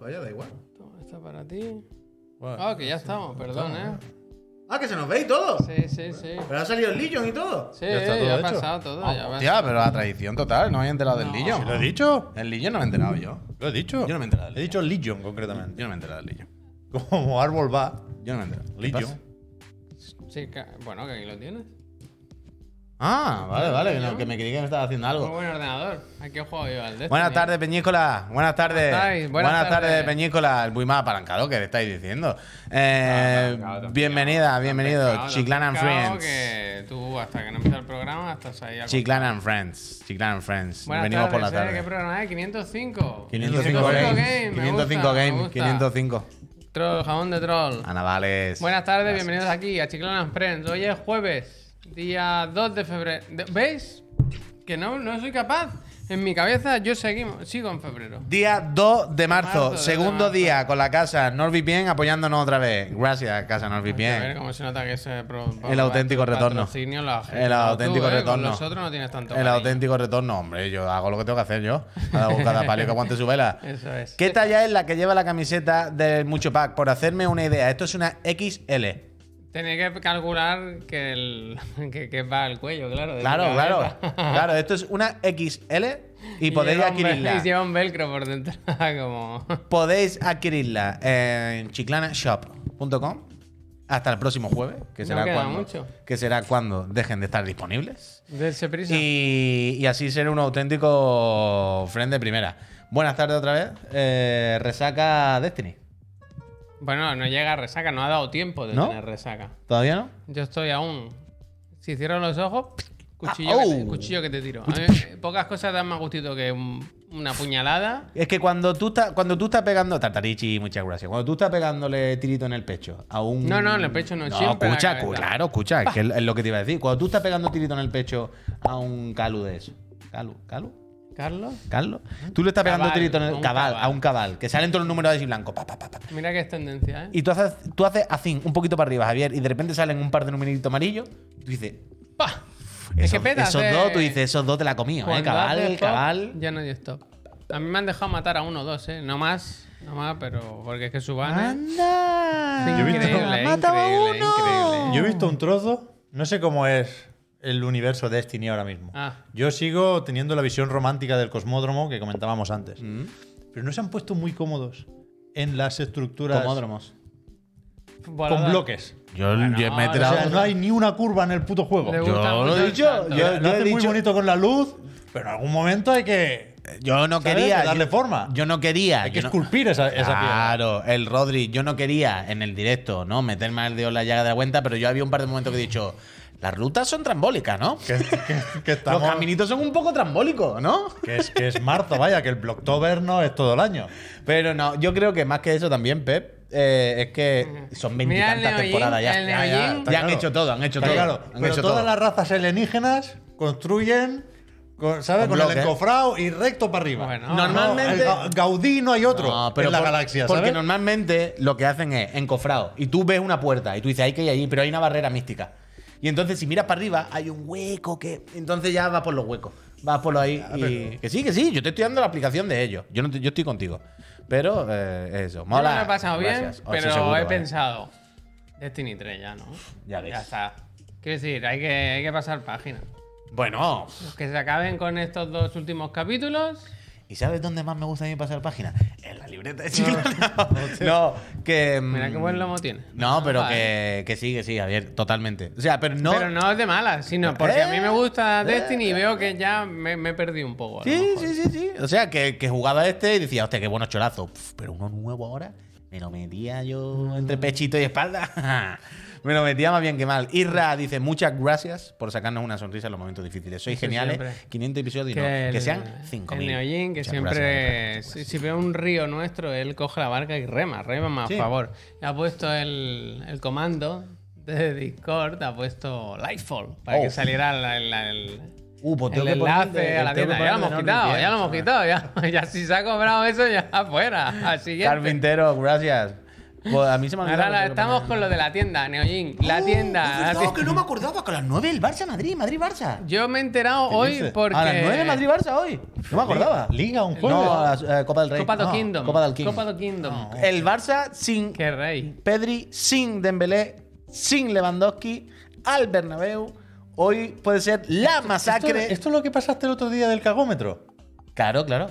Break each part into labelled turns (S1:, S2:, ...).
S1: Vaya, da igual.
S2: Toma, esta para ti.
S3: Bueno,
S2: Ah, que ya estamos, perdón, ¿eh?
S1: Ah, que se nos veis todos.
S2: Sí, sí, sí.
S1: Pero ha salido el Legion y todo.
S2: Sí,
S3: Ya está todo
S2: ya ha
S3: hecho.
S2: pasado todo. ya va.
S4: Ah, Hostia, pero la traición total, no me he enterado del Lillo.
S3: ¿Lo he dicho?
S4: El Lillo no me he enterado yo.
S3: ¿Lo he dicho?
S4: Yo no me he enterado del
S3: He dicho Legion, concretamente.
S4: Yo no me he enterado del Lillo.
S3: Como árbol va,
S4: Yo no me he enterado. ¿Qué
S3: Lillo.
S4: pasa?
S2: Sí, ca- bueno, que aquí lo tienes.
S4: Ah, vale, vale, que, no- que me creí que me estaba haciendo
S2: Muy
S4: algo.
S2: buen ordenador. Aquí he jugado yo al Destiny.
S4: Buenas tardes, Peñícola. Buenas tardes.
S2: ¿Cómo estáis?
S4: Buenas,
S2: Buenas
S4: tardes,
S2: tardes.
S4: Peñícola. El muy más apalancado que le estáis diciendo. Eh,
S2: Ah, claro,
S4: bienvenida,
S2: Te han pescado,
S4: bienvenido.
S2: te han
S4: Chiclan and
S2: pescado,
S4: Friends.
S2: Que tú, hasta que no empieza el programa, estás ahí. al-
S4: Chiclan and Friends. Chiclan and Friends.
S2: Buenas
S4: Venimos por la
S2: tardes, ¿eh? ¿Qué
S4: tarde.
S2: programa es? 505.
S4: 505
S2: Games.
S4: Games. 505 Games. 505.
S2: Troll, jabón de troll.
S4: Ana Vales.
S2: Buenas tardes,
S4: Gracias.
S2: bienvenidos aquí a Chiclana and Friends. Hoy es jueves, día 2 de febrero. De- ¿Veis? Que no, no soy capaz. En mi cabeza yo seguimos, sigo en febrero.
S4: Día 2 de marzo,
S2: marzo, dos de
S4: segundo
S2: marzo.
S4: día con la casa NordVPN apoyándonos otra vez. Gracias, casa
S2: A ver
S4: NordVPN.
S2: cómo se nota que ese pro-
S4: El auténtico retorno.
S2: patrocinio lo has
S4: El
S2: generado
S4: auténtico
S2: tú, ¿eh? Con
S4: retorno.
S2: Nosotros no tienes tanto.
S4: El
S2: cariño.
S4: auténtico retorno, hombre, yo hago lo que tengo que hacer yo. Cada, cada palio que aguante su vela.
S2: Eso es.
S4: ¿Qué talla es la que lleva la camiseta del Mucho Pack? Por hacerme una idea, esto es una XL.
S2: Tenía que calcular que, el, que, que va al cuello, claro. de
S4: Claro,
S2: tu
S4: claro.
S2: cabeza.
S4: Claro, esto es una XL y podéis
S2: lleva un vel- Y
S4: adquirirla.
S2: lleva un velcro por dentro, como...
S4: Podéis adquirirla en chiclanashop.com hasta el próximo jueves, que
S2: No
S4: será
S2: queda
S4: cuando
S2: mucho.
S4: que será cuando dejen de estar disponibles.
S2: Dense prisa.
S4: Y, y así ser un auténtico friend de primera. Buenas tardes otra vez. Eh, resaca Destiny.
S2: Bueno, no llega a resaca, no ha dado tiempo de
S4: ¿No?
S2: tener resaca.
S4: ¿Todavía no?
S2: Yo estoy aún. Si cierro los ojos, cuchillo,
S4: Ah,
S2: que, te,
S4: oh.
S2: cuchillo que te tiro. A mí, pocas cosas dan más gustito que un- una puñalada.
S4: Es que cuando tú estás, cuando tú estás pegando. Tartarichi, muchas gracias. Cuando tú estás pegándole tirito en el pecho a un.
S2: No, no, en el pecho no, siempre en la
S4: escucha,
S2: cabeza.
S4: claro, escucha, es que es lo que te iba a decir. Cuando tú estás pegando tirito en el pecho a un calu de eso. Calu, calu.
S2: Carlos,
S4: Carlos, tú le estás pegando
S2: Cabal,
S4: tirito en
S2: a
S4: el
S2: un
S4: cabal,
S2: cabal.
S4: a un cabal, que salen todos los números así blancos. pa, pa, pa, pa.
S2: mira que es tendencia, ¿eh?
S4: Y tú haces, tú haces así, un poquito para arriba, Javier, y de repente salen un par de numeritos amarillos. Y tú dices,
S2: ¡Pah! es
S4: Esos,
S2: que petas,
S4: esos
S2: eh.
S4: dos, tú dices, esos dos te la comí, ¿eh?
S2: Cuando haces
S4: Cabal,
S2: pop,
S4: cabal.
S2: Ya no hay stop. A mí me han dejado matar a uno o dos, ¿eh? No más, no más, pero porque es que su
S4: Ah,
S2: banner.
S4: ¡Anda!
S3: Yo he visto-
S2: Increíble,
S4: Mataba
S2: increíble,
S4: uno.
S2: increíble.
S3: Yo he
S4: Oh.
S3: visto un trozo, no sé cómo es el universo Destiny ahora mismo.
S2: Ah.
S3: Yo sigo teniendo la visión romántica del cosmódromo que comentábamos antes.
S4: Mm.
S3: Pero no se han puesto muy cómodos en las estructuras
S4: Comódromos.
S3: con bloques.
S4: Yo,
S2: yo me he
S4: me he
S2: no,
S3: O
S2: enterado-
S3: sea, no hay ni una curva en el puto juego.
S2: Le
S3: Yo,
S2: gusta
S4: Yo
S2: mucho
S4: lo he
S2: el
S4: dicho,
S2: salto.
S4: yo-
S3: lo hacen
S4: he
S3: muy
S4: dicho-
S3: bonito con la luz, pero en algún momento hay que,
S4: Yo no
S3: ¿Sabes?
S4: quería.
S3: De darle
S4: yo-
S3: forma.
S4: Yo no quería.
S3: hay que
S4: yo no-
S3: esculpir esa, esa piedra.
S4: Claro, el Rodri, yo no quería en el directo, ¿no? Meterme el dedo en la llaga de la cuenta, pero yo había un par de momentos que he dicho. Las rutas son trambólicas, ¿no?
S3: Que, que estamos-
S4: Los caminitos son un poco trambólicos, ¿no?
S3: que es, que es marzo, vaya, que el Blocktober no es todo el año.
S4: Pero no, yo creo que más que eso también, Pep, eh, es que son
S2: Mira el
S4: veintitantas
S2: Neoyin,
S4: temporadas ya.
S2: el
S4: Ya, ya,
S2: Neoyin.
S4: ya
S3: Está
S4: han
S3: claro.
S4: hecho todo, han hecho
S3: Está
S4: todo.
S3: claro,
S4: han
S3: pero
S4: hecho
S3: todas
S4: todo.
S3: las razas alienígenas construyen, con, ¿sabes?
S4: Con
S3: Con, el
S4: bloques.
S3: encofrado y recto para arriba.
S2: Bueno,
S4: Normalmente-
S3: No, el Ga- Gaudí no hay otro
S4: No, pero
S3: en la
S4: por-
S3: galaxia,
S4: Porque
S3: ¿sabes?
S4: normalmente lo que hacen es encofrado. Y tú ves una puerta y tú dices, hay que ir allí, pero hay una barrera mística. Y entonces, si miras para arriba, hay un hueco que. Entonces ya vas por los huecos. Vas por los
S3: Ah,
S4: ahí. y- Que sí, que sí. Yo te estoy dando la aplicación de ellos. Yo, no te- yo estoy contigo. Pero eh, eso.
S2: Yo
S4: Mola.
S2: me lo he pasado bien,
S4: Gracias. Oh, sí,
S2: pero
S4: seguro,
S2: he
S4: vale.
S2: pensado. Destiny 3 ya, ¿no?
S4: Ya ves.
S2: está. Quiero decir, hay que, hay que pasar página.
S4: Bueno.
S2: Los que se acaben con estos dos últimos capítulos.
S4: ¿Y sabes dónde más me gusta a mí pasar página? En la libreta de Chiclana. No, que. mm,
S2: Mira qué buen lomo tiene.
S4: No, pero
S2: Vale.
S4: que, que sí, que sí, Javier, totalmente. O sea, pero no.
S2: Pero no es de malas, sino porque a mí
S4: Eh,
S2: me gusta
S4: eh,
S2: Destiny y veo que ya me, me he perdido un poco. a lo
S4: Sí,
S2: mejor.
S4: sí, sí, sí. O sea, que, que jugaba este y decía, hostia, qué buenos cholazos. Pf, Pero uno nuevo ahora, me lo metía yo entre
S2: Mm.
S4: pechito y espalda. me lo metía más bien que mal. Irra dice, muchas gracias por sacarnos una sonrisa en los momentos difíciles. Sois
S2: Eso
S4: geniales.
S2: siempre.
S4: 500 episodios y no,
S2: Que
S4: que,
S2: el-
S4: sean 5.000.
S2: El Neoyin, que
S4: Muchas gracias,
S2: siempre.
S4: Irra.
S2: Si, si ve un río nuestro, él coge la barca y rema, rema más
S4: Sí.
S2: a favor. Le ha puesto el, el comando de Discord, ha puesto Lightfall para
S4: Oh.
S2: que saliera la- la- el.
S4: Uh, pues
S2: el
S4: tengo que
S2: enlace
S4: ponerle-
S2: a la
S4: tengo que
S2: tienda, ya lo
S4: ponerle
S2: hemos
S4: Norby
S2: quitado,
S4: Bien.
S2: ya lo hemos quitado, ya, ya si se ha cobrado eso, ya afuera, al siguiente.
S4: Carpintero, gracias. Pues a mí se me ha olvidado
S2: Ahora
S4: lo que tengo
S2: la-
S4: que
S2: estamos
S4: poner.
S2: con lo de la tienda, Neojin.
S3: Uh,
S2: La tienda. la
S4: No, que
S2: ti-
S4: no me acordaba que a las 9 el Barça Madrid, Madrid Barça.
S2: Yo me he enterado
S3: ¿Qué
S2: hoy
S3: dices?
S2: porque.
S4: A las 9 Madrid Barça hoy. No me acordaba.
S3: Liga, un jueves.
S4: No, a la, eh, Copa del Rey.
S2: Copa do
S4: Ah,
S2: Kingdom.
S4: Copa del Ah, King.
S2: do Kingdom.
S4: El Barça sin
S2: Qué rey.
S4: Pedri, sin Dembélé, sin Lewandowski, al Bernabéu. Hoy puede ser la masacre.
S3: ¿Esto, esto es lo que pasaste el otro día del cagómetro?
S4: Claro, claro.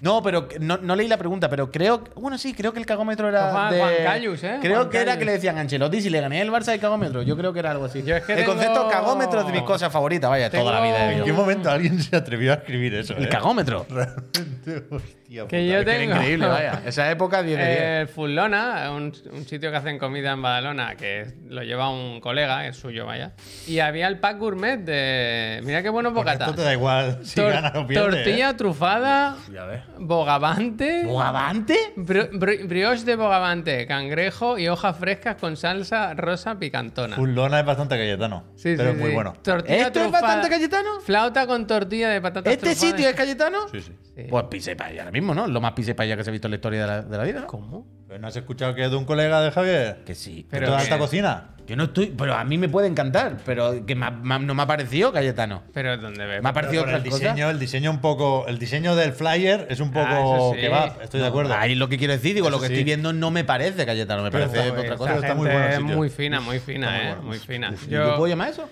S4: No, pero que- no, no leí la pregunta, pero creo. Bueno, sí, creo que el cagómetro era.
S2: Juan-
S4: de-
S2: Juan Callus, ¿eh?
S4: Creo
S2: Juan
S4: que era
S2: Callus.
S4: que le decían a Ancelotti si le gané el Barça el cagómetro. Yo creo que era algo así.
S2: Yo es que
S4: el
S2: tengo-
S4: concepto cagómetro es de mis cosas favoritas, vaya,
S2: Tengo-
S4: toda la vida.
S3: ¿En
S4: he
S3: qué
S4: vivido.
S3: momento alguien se atrevió a escribir eso?
S4: El
S3: eh?
S4: cagómetro.
S3: Realmente, hostia. pues,
S2: Que
S3: puta.
S2: yo
S4: Es que era
S2: tengo.
S4: increíble, vaya. Esa época 10 de 10.
S2: El Fulona, un, un sitio que hacen comida en Badalona, que lo lleva un colega, es suyo, vaya. Y había el pack gourmet de. Mira qué buenos
S3: Con esto
S2: bocatas.
S3: te da igual si
S2: Tor-
S3: ganas o ¿eh? pierdes.
S2: tortilla
S4: ¿eh?
S2: trufada,
S4: Ya ves.
S2: bogavante,
S4: ¿Bogavante?
S2: bro- bro- brioche de bogavante, cangrejo y hojas frescas con salsa rosa picantona.
S3: Un lona es bastante cayetano.
S2: Sí,
S3: pero
S2: sí,
S3: es muy
S2: sí.
S3: bueno.
S2: Tortilla
S4: ¿Esto es
S2: trufada,
S4: bastante cayetano?
S2: Flauta con tortilla de patatas
S4: ¿Este
S2: trufadas.
S4: sitio es cayetano?
S3: Sí, sí.
S2: Sí.
S4: Pues pisepaella ahora mismo, ¿no? Lo más pisepaella que se ha visto en la historia de la, de la vida. ¿no? ¿Cómo?
S3: Pero ¿No has escuchado que es de un colega de Javier?
S4: Que sí.
S2: Pero
S3: ¿De toda
S2: que-
S3: esta cocina?
S4: Yo no estoy. Pero a mí me puede encantar, pero que me ha- me ha- no me ha parecido cayetano.
S2: Pero donde ves.
S4: Me ha
S3: Pero
S4: parecido
S3: por el
S4: otras cosas.
S3: diseño, el diseño un poco. El diseño del flyer es un
S2: Ah,
S3: poco
S2: eso sí.
S3: kebab, estoy de
S4: No,
S3: acuerdo.
S4: Ahí lo que quiero decir, digo, lo
S3: Eso
S4: que
S3: sí.
S4: estoy viendo no me parece Cayetano, me
S3: Pero
S4: parece
S3: está-
S4: otra
S3: está-
S4: cosa.
S3: está
S2: Esta
S3: muy
S2: gente
S3: bueno el
S2: es
S3: sitio.
S2: muy fina, muy fina, eh. Muy fina.
S4: ¿Y
S2: Yo-
S4: ¿Yo puedo llamar eso?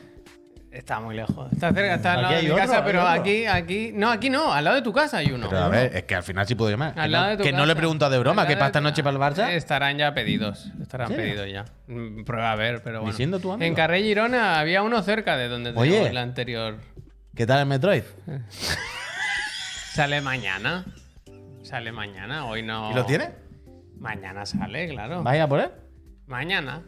S2: Está muy lejos. Está cerca, está al
S3: Aquí
S2: lado de
S3: hay
S2: mi
S3: otro,
S2: casa,
S3: hay
S2: pero
S3: otro.
S2: aquí, aquí. No, aquí no, al lado de tu casa hay uno.
S4: Pero a ver, es que al final sí puedo llamar. Que
S2: Al lado de
S4: no,
S2: tu
S4: que no le
S2: casa.
S4: he preguntado de
S2: Al
S4: broma, que
S2: lado
S4: para
S2: de
S4: esta
S2: tu- Eh,
S4: noche para el Barça.
S2: Estarán ya pedidos. Estarán
S4: ¿En serio?
S2: pedidos ya. Mm, Prueba a ver, pero bueno.
S4: siendo tu amigo.
S2: En Carré Girona había uno cerca de donde
S4: Oye.
S2: teníamos la anterior.
S4: ¿Qué tal el Metroid?
S2: Sale mañana. Sale mañana, hoy no.
S4: ¿Y lo tienes?
S2: Mañana sale, claro.
S4: ¿Vas a ir a por él?
S2: Mañana.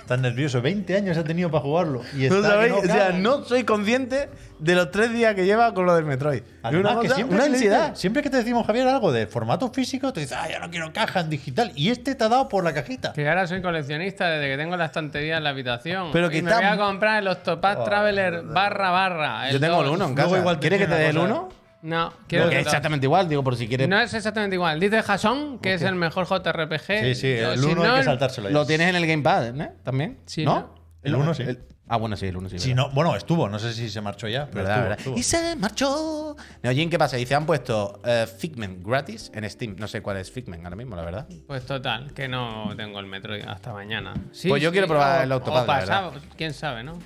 S3: Estás nervioso. 20 años ha tenido para jugarlo. Y está
S4: No
S3: que
S4: sabéis,
S3: no
S4: o sea,
S3: acaba.
S4: no soy consciente de los tres días que lleva con lo del Metroid. Es
S3: Además,
S4: una
S3: que
S4: cosa-
S3: siempre
S4: una
S3: que le dices-
S4: ansiedad.
S3: siempre que te decimos, Javier, algo de formato físico, te dices, ah, yo no quiero caja en digital. Y este te ha dado por la cajita.
S2: Que ahora soy coleccionista desde que tengo la estantería en la habitación.
S4: Pero que
S2: y me
S4: está-
S2: voy a comprar el
S3: Oh,
S2: Octopath Traveler barra barra.
S4: Yo tengo el
S2: dos.
S4: uno en
S3: Luego
S4: casa.
S3: igual te
S4: ¿Quieres que te
S3: tiene
S4: dé el
S3: una cosa-
S4: uno?
S2: No, quiero
S4: Porque
S2: el
S4: es
S2: dos.
S4: exactamente igual, digo, por si quieres.
S2: No es exactamente igual. Dice Jason que es el mejor JRPG.
S3: Sí, sí,
S2: Yo,
S3: el
S2: si
S3: 1
S2: no,
S3: hay que
S2: el-
S3: saltárselo. ya.
S4: Lo tienes en el Gamepad, ¿eh? También.
S2: Sí, ¿no?
S4: ¿No?
S3: El uno sí.
S4: el- Ah, bueno, sí, el uno sí.
S3: Si
S4: verdad.
S3: no, bueno, estuvo, no sé si se marchó ya, pero
S4: Verdad,
S3: estuvo,
S4: verdad.
S3: estuvo.
S4: Y se marchó. Neojin, ¿qué pasa? Dice, han puesto eh, Figment gratis en Steam. No sé cuál es Figment ahora mismo, la verdad.
S2: Pues total, que no tengo el metro hasta mañana. Sí,
S4: Pues yo
S2: sí,
S4: quiero probar
S2: o-
S4: el Octopath,
S2: o
S4: la verdad.
S2: pasado, quién sabe, ¿no?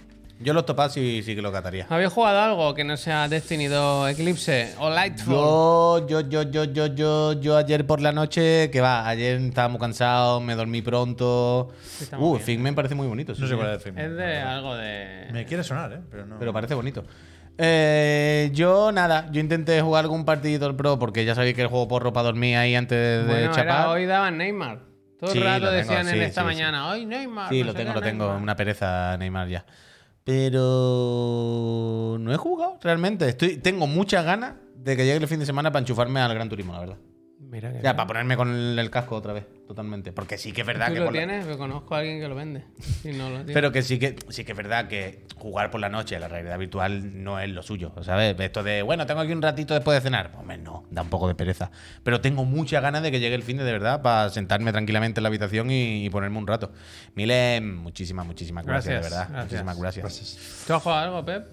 S4: Yo los topaz y sí que lo cataría.
S2: ¿Habéis jugado algo que no sea Destiny 2, Eclipse o Lightfall?
S4: Yo, yo, yo, yo, yo, yo, yo ayer por la noche, que va, ayer estaba muy cansado, me dormí pronto.
S2: Está muy
S4: Uh,
S2: bien.
S4: Figment parece muy bonito. sí,
S3: No sé
S4: sí. eh,
S3: cuál es el film.
S2: Es de algo de.
S3: Me quiere sonar, ¿eh? Pero no.
S4: Pero parece bonito. Eh, yo nada, yo intenté jugar algún partidito al pro porque ya sabéis que el juego porro para dormir ahí antes de
S2: Bueno,
S4: chapar.
S2: era, hoy daban Neymar. Todo
S4: Sí,
S2: el rato
S4: lo tengo,
S2: decían
S4: sí,
S2: en esta
S4: sí,
S2: mañana, ¡ay, Neymar!
S4: Sí,
S2: no
S4: lo
S2: sé
S4: tengo,
S2: qué,
S4: lo tengo.
S2: Neymar".
S4: Una pereza Neymar ya. Pero no he jugado realmente. Estoy, tengo muchas ganas de que llegue el fin de semana para enchufarme al Gran Turismo, la verdad.
S2: Mira que
S4: O sea, para ponerme con el, el casco otra vez, totalmente. Porque sí que es verdad
S2: ¿Tú
S4: que
S2: lo
S4: por la-
S2: tienes? Yo conozco a alguien que lo vende. Si no lo tiene.
S4: Pero que sí que sí que es verdad que jugar por la noche a la realidad virtual no es lo suyo, ¿sabes? Esto de, bueno, tengo aquí un ratito después de cenar. Hombre, no, da un poco de pereza. Pero tengo muchas ganas de que llegue el fin de de verdad para sentarme tranquilamente en la habitación y, y ponerme un rato. Milen, muchísimas, muchísimas gracias,
S2: Gracias,
S4: de verdad.
S2: gracias.
S4: Muchísimas gracias.
S2: ¿Tú has jugado algo, Pep?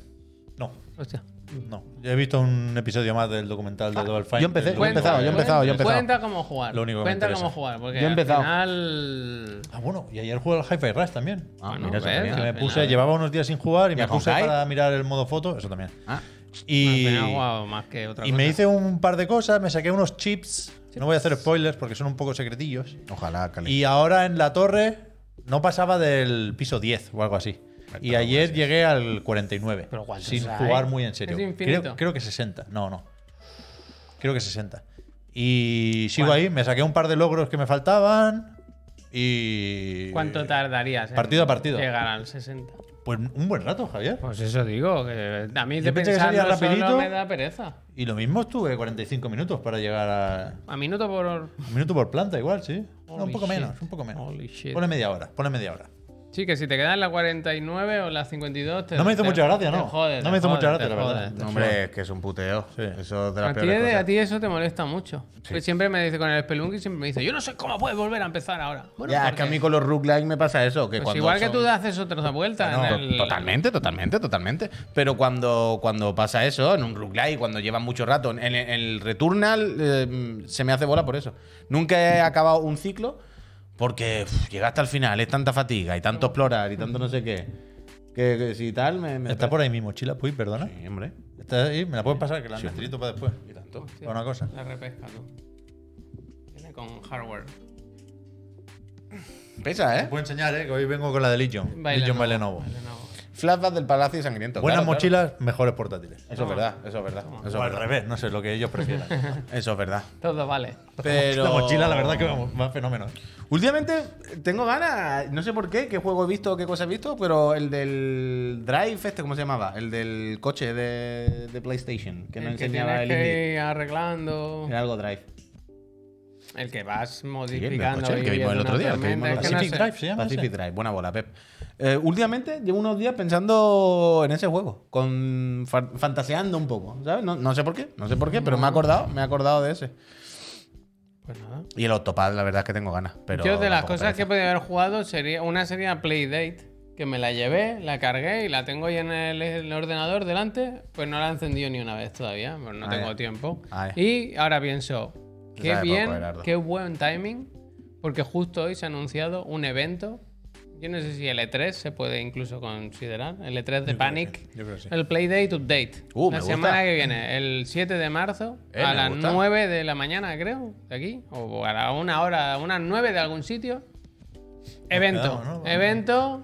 S3: No,
S2: Hostia.
S3: no. Yo he visto un episodio más del documental de Double Fine.
S4: Ah, yo empecé,
S3: del
S4: yo he
S3: documental.
S4: empezado, yo he empezado, yo he empezado.
S2: Cuenta cómo jugar.
S3: Lo único que me
S2: cuenta
S3: interesa.
S2: cómo jugar, porque
S4: Yo he
S2: al
S4: empezado.
S2: final...
S3: Ah, bueno, y ayer jugué al Hi-Fi Rush también.
S4: Ah,
S2: Bueno,
S4: mira, eso
S2: ves,
S4: también.
S2: al
S3: Que me
S2: final-
S3: puse, llevaba unos días sin jugar y
S4: ¿Y a
S3: me puse
S4: Honkai?
S3: para mirar el modo foto, eso también.
S4: Ah,
S3: Y,
S2: Al final he jugado más que otra
S3: y
S2: cosa.
S3: me hice un par de cosas, me saqué unos chips. No voy a hacer spoilers porque son un poco secretillos.
S4: ojalá, Cali.
S3: Y ahora en la torre no pasaba del piso 10 o algo así. Y ayer llegué al 49.
S2: Pero ¿cuántos
S3: sin
S2: hay?
S3: jugar muy en serio.
S2: Es infinito.
S3: creo, creo que 60. No, no. Creo que 60. Y sigo ahí, me saqué un par de logros que me faltaban. Y.
S2: ¿Cuánto tardarías en
S3: Partido a partido.
S2: llegar al 60?
S3: Pues un buen rato, Javier.
S2: Pues eso digo, que a mí
S3: Yo
S2: de
S3: pensé que
S2: pensar
S3: sería rapidito.
S2: me da pereza.
S3: Y lo mismo estuve 45 minutos para llegar a.
S2: A minuto por...
S3: Un minuto por planta, igual, sí. No, un
S2: Holy
S3: poco
S2: shit.
S3: menos, un poco menos.
S2: Holy shit.
S3: Pone media hora, pone media hora.
S2: Sí, que si te quedas en la 49 o en la 52, te.
S3: No me hizo
S2: te-
S3: mucha gracia,
S2: te
S3: ¿no?
S2: jode,
S3: No
S2: te
S3: me hizo
S2: jode, te
S3: mucha gracia, la
S2: jode.
S3: verdad.
S4: No, hombre, es que es un puteo.
S3: Sí.
S4: Eso es de
S2: A
S4: las
S2: ti,
S4: peores
S2: de-
S4: cosas.
S2: a ti eso te molesta mucho. Pues siempre me dice con el Spelunky, siempre me dice, yo no sé cómo puedes volver a empezar ahora. Bueno,
S4: ya, es que a
S2: porque-
S4: mí con los roguelike me pasa eso. Que
S2: pues
S4: cuando
S2: igual que
S4: son-
S2: tú haces otra vuelta.
S4: No,
S2: en el-
S4: Totalmente, totalmente, totalmente. Pero cuando, cuando pasa eso, en un roguelike, cuando llevan mucho rato, en, en el Returnal eh, se me hace bola por eso. Nunca he acabado un ciclo porque uf, llega hasta el final, es tanta fatiga y tanto explorar y tanto no sé qué. Que, que si tal, me. me-
S3: Está por ahí mi mochila, Puy, perdona.
S4: Sí, hombre.
S3: Está ahí, me la puedes pasar, que la han para después.
S4: Y tanto.
S2: Hostia,
S3: Para una cosa.
S2: La repesca tú. Viene con hardware.
S4: Pesa, ¿eh?
S3: Puedo enseñar, eh, que hoy vengo con la de Legion. Legion by Lenovo.
S2: Lenovo.
S4: Flashback del Palacio Sangriento.
S3: Buenas
S4: claro, claro.
S3: mochilas, mejores portátiles.
S4: Eso es verdad, eso es verdad. Eso
S3: o
S4: es
S3: al
S4: verdad.
S3: revés, no sé, lo que ellos prefieran.
S4: Eso es verdad.
S2: Todo vale.
S4: Pero.
S3: La mochila, la verdad, que vamos, va fenómeno. ¿eh?
S4: Últimamente tengo ganas, no sé por qué, qué juego he visto, qué cosa he visto, pero el del Drive, este, ¿cómo se llamaba? El del coche de, de PlayStation, que no
S2: el que
S4: enseñaba
S2: tienes
S4: el
S2: que
S4: indie.
S2: ir arreglando.
S4: Era algo Drive.
S2: El que vas
S4: el
S2: modificando.
S4: coche, el
S2: y
S4: que vimos el
S2: viendo
S4: otro día, el que vimos
S2: naturalmente, es que
S3: Pacific
S2: no sé.
S3: Drive se llama. ese?
S4: Pacific Drive, buena bola, Pep. Eh, últimamente llevo unos días pensando en ese juego, con fa- fantaseando un poco, ¿sabes? No, no sé por qué, no sé por qué, pero me he acordado, me he acordado de ese.
S2: Pues nada.
S4: Y el Autopad, la verdad es que tengo ganas, pero
S2: Yo de las
S4: tampoco
S2: cosas
S4: parece.
S2: que podía haber jugado sería una sería Playdate, que me la llevé, la cargué y la tengo ahí en el, el ordenador delante, pues no la he encendido ni una vez todavía, pues no
S4: Ah,
S2: tengo
S4: ya.
S2: tiempo.
S4: Ah, ya.
S2: Y ahora pienso, qué
S4: Sabe poco,
S2: bien,
S4: Gerardo.
S2: qué buen timing, porque justo hoy se ha anunciado un evento. Yo no sé si el E3 se puede incluso considerar, el E3 de Panic.
S3: Yo creo que sí.
S2: El Playdate Update.
S4: Uh,
S2: la
S4: me gusta.
S2: semana que viene, el 7 de marzo,
S4: Eh,
S2: a
S4: me
S2: las
S4: gusta.
S2: 9 de la mañana, creo, de aquí, o a la una hora, a unas 9 de algún sitio. Evento.
S3: quedamos, ¿no? Vamos.
S2: Evento.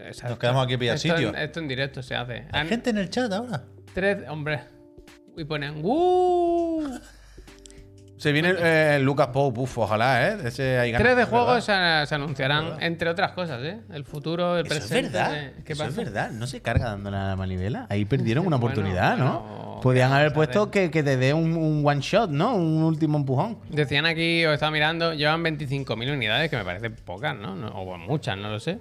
S2: Exacto.
S3: Nos quedamos aquí a pillar
S2: esto
S3: sitio.
S2: En, esto en directo se hace.
S3: Hay
S2: Han-
S3: gente en el chat ahora.
S2: tres, hombre. Y ponen. ¡Uh!
S4: Se viene eh, Lucas Pope, uf, ojalá, ¿eh? Ese hay ganas.
S2: Tres de
S4: ¿verdad?
S2: juegos se, se anunciarán, entre otras cosas, ¿eh? El futuro, el
S4: Eso es
S2: presente. ¿eh?
S4: verdad.
S2: ¿Qué
S4: Eso
S2: pasa?
S4: es verdad. No se carga dándole a la manivela. Ahí perdieron una
S2: Bueno,
S4: oportunidad,
S2: bueno,
S4: ¿no? Podían
S2: ¿qué
S4: haber
S2: vamos a
S4: puesto que, que te dé un, un one shot, ¿no? Un último empujón.
S2: Decían aquí, o estaba mirando, llevan 25.000 unidades, que me parecen pocas, ¿no? No- O bueno, muchas, no lo sé.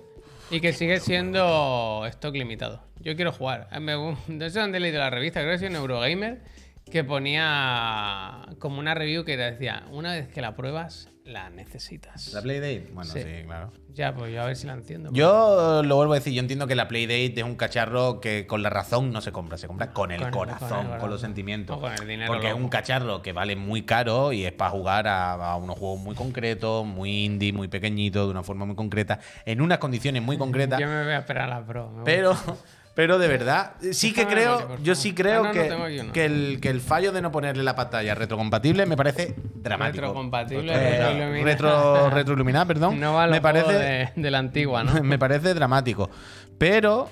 S2: Y que sigue siendo stock limitado. Yo quiero jugar. Eh, me gu- No sé dónde he leído la revista, creo que sí en Eurogamer, que ponía como una review que decía, una vez que la pruebas, la necesitas.
S4: La Playdate. Bueno, sí,
S2: Sí.
S4: claro.
S2: Ya, pues yo a ver si la enciendo.
S4: Yo eh, lo vuelvo a decir, yo entiendo que la Playdate es un cacharro que con la razón no se compra, se compra con el
S2: Con el- con el
S4: corazón, con,
S2: corazón.
S4: los sentimientos.
S2: O con el dinero
S4: porque es un
S2: loco.
S4: cacharro que vale muy caro y es para jugar a, a unos juegos muy concretos, muy indie, muy pequeñitos, de una forma muy concreta, en unas condiciones muy concretas.
S2: Yo Mm, me voy a esperar a la pro. me voy.
S4: Pero, pero de verdad, sí que
S2: Déjame morir,
S4: creo,
S2: por
S4: yo
S2: favor.
S4: sí
S2: Ah,
S4: creo
S2: no, no,
S4: que,
S2: tengo aquí uno.
S4: que, el, que el fallo de no ponerle la pantalla retrocompatible me parece dramático.
S2: Retrocompatible,
S4: Eh,
S2: retroiluminada.
S4: retro, retroiluminada, perdón.
S2: no va a los
S4: me parece,
S2: juegos de, de la antigua, Ah, ¿no?
S4: me parece dramático. Pero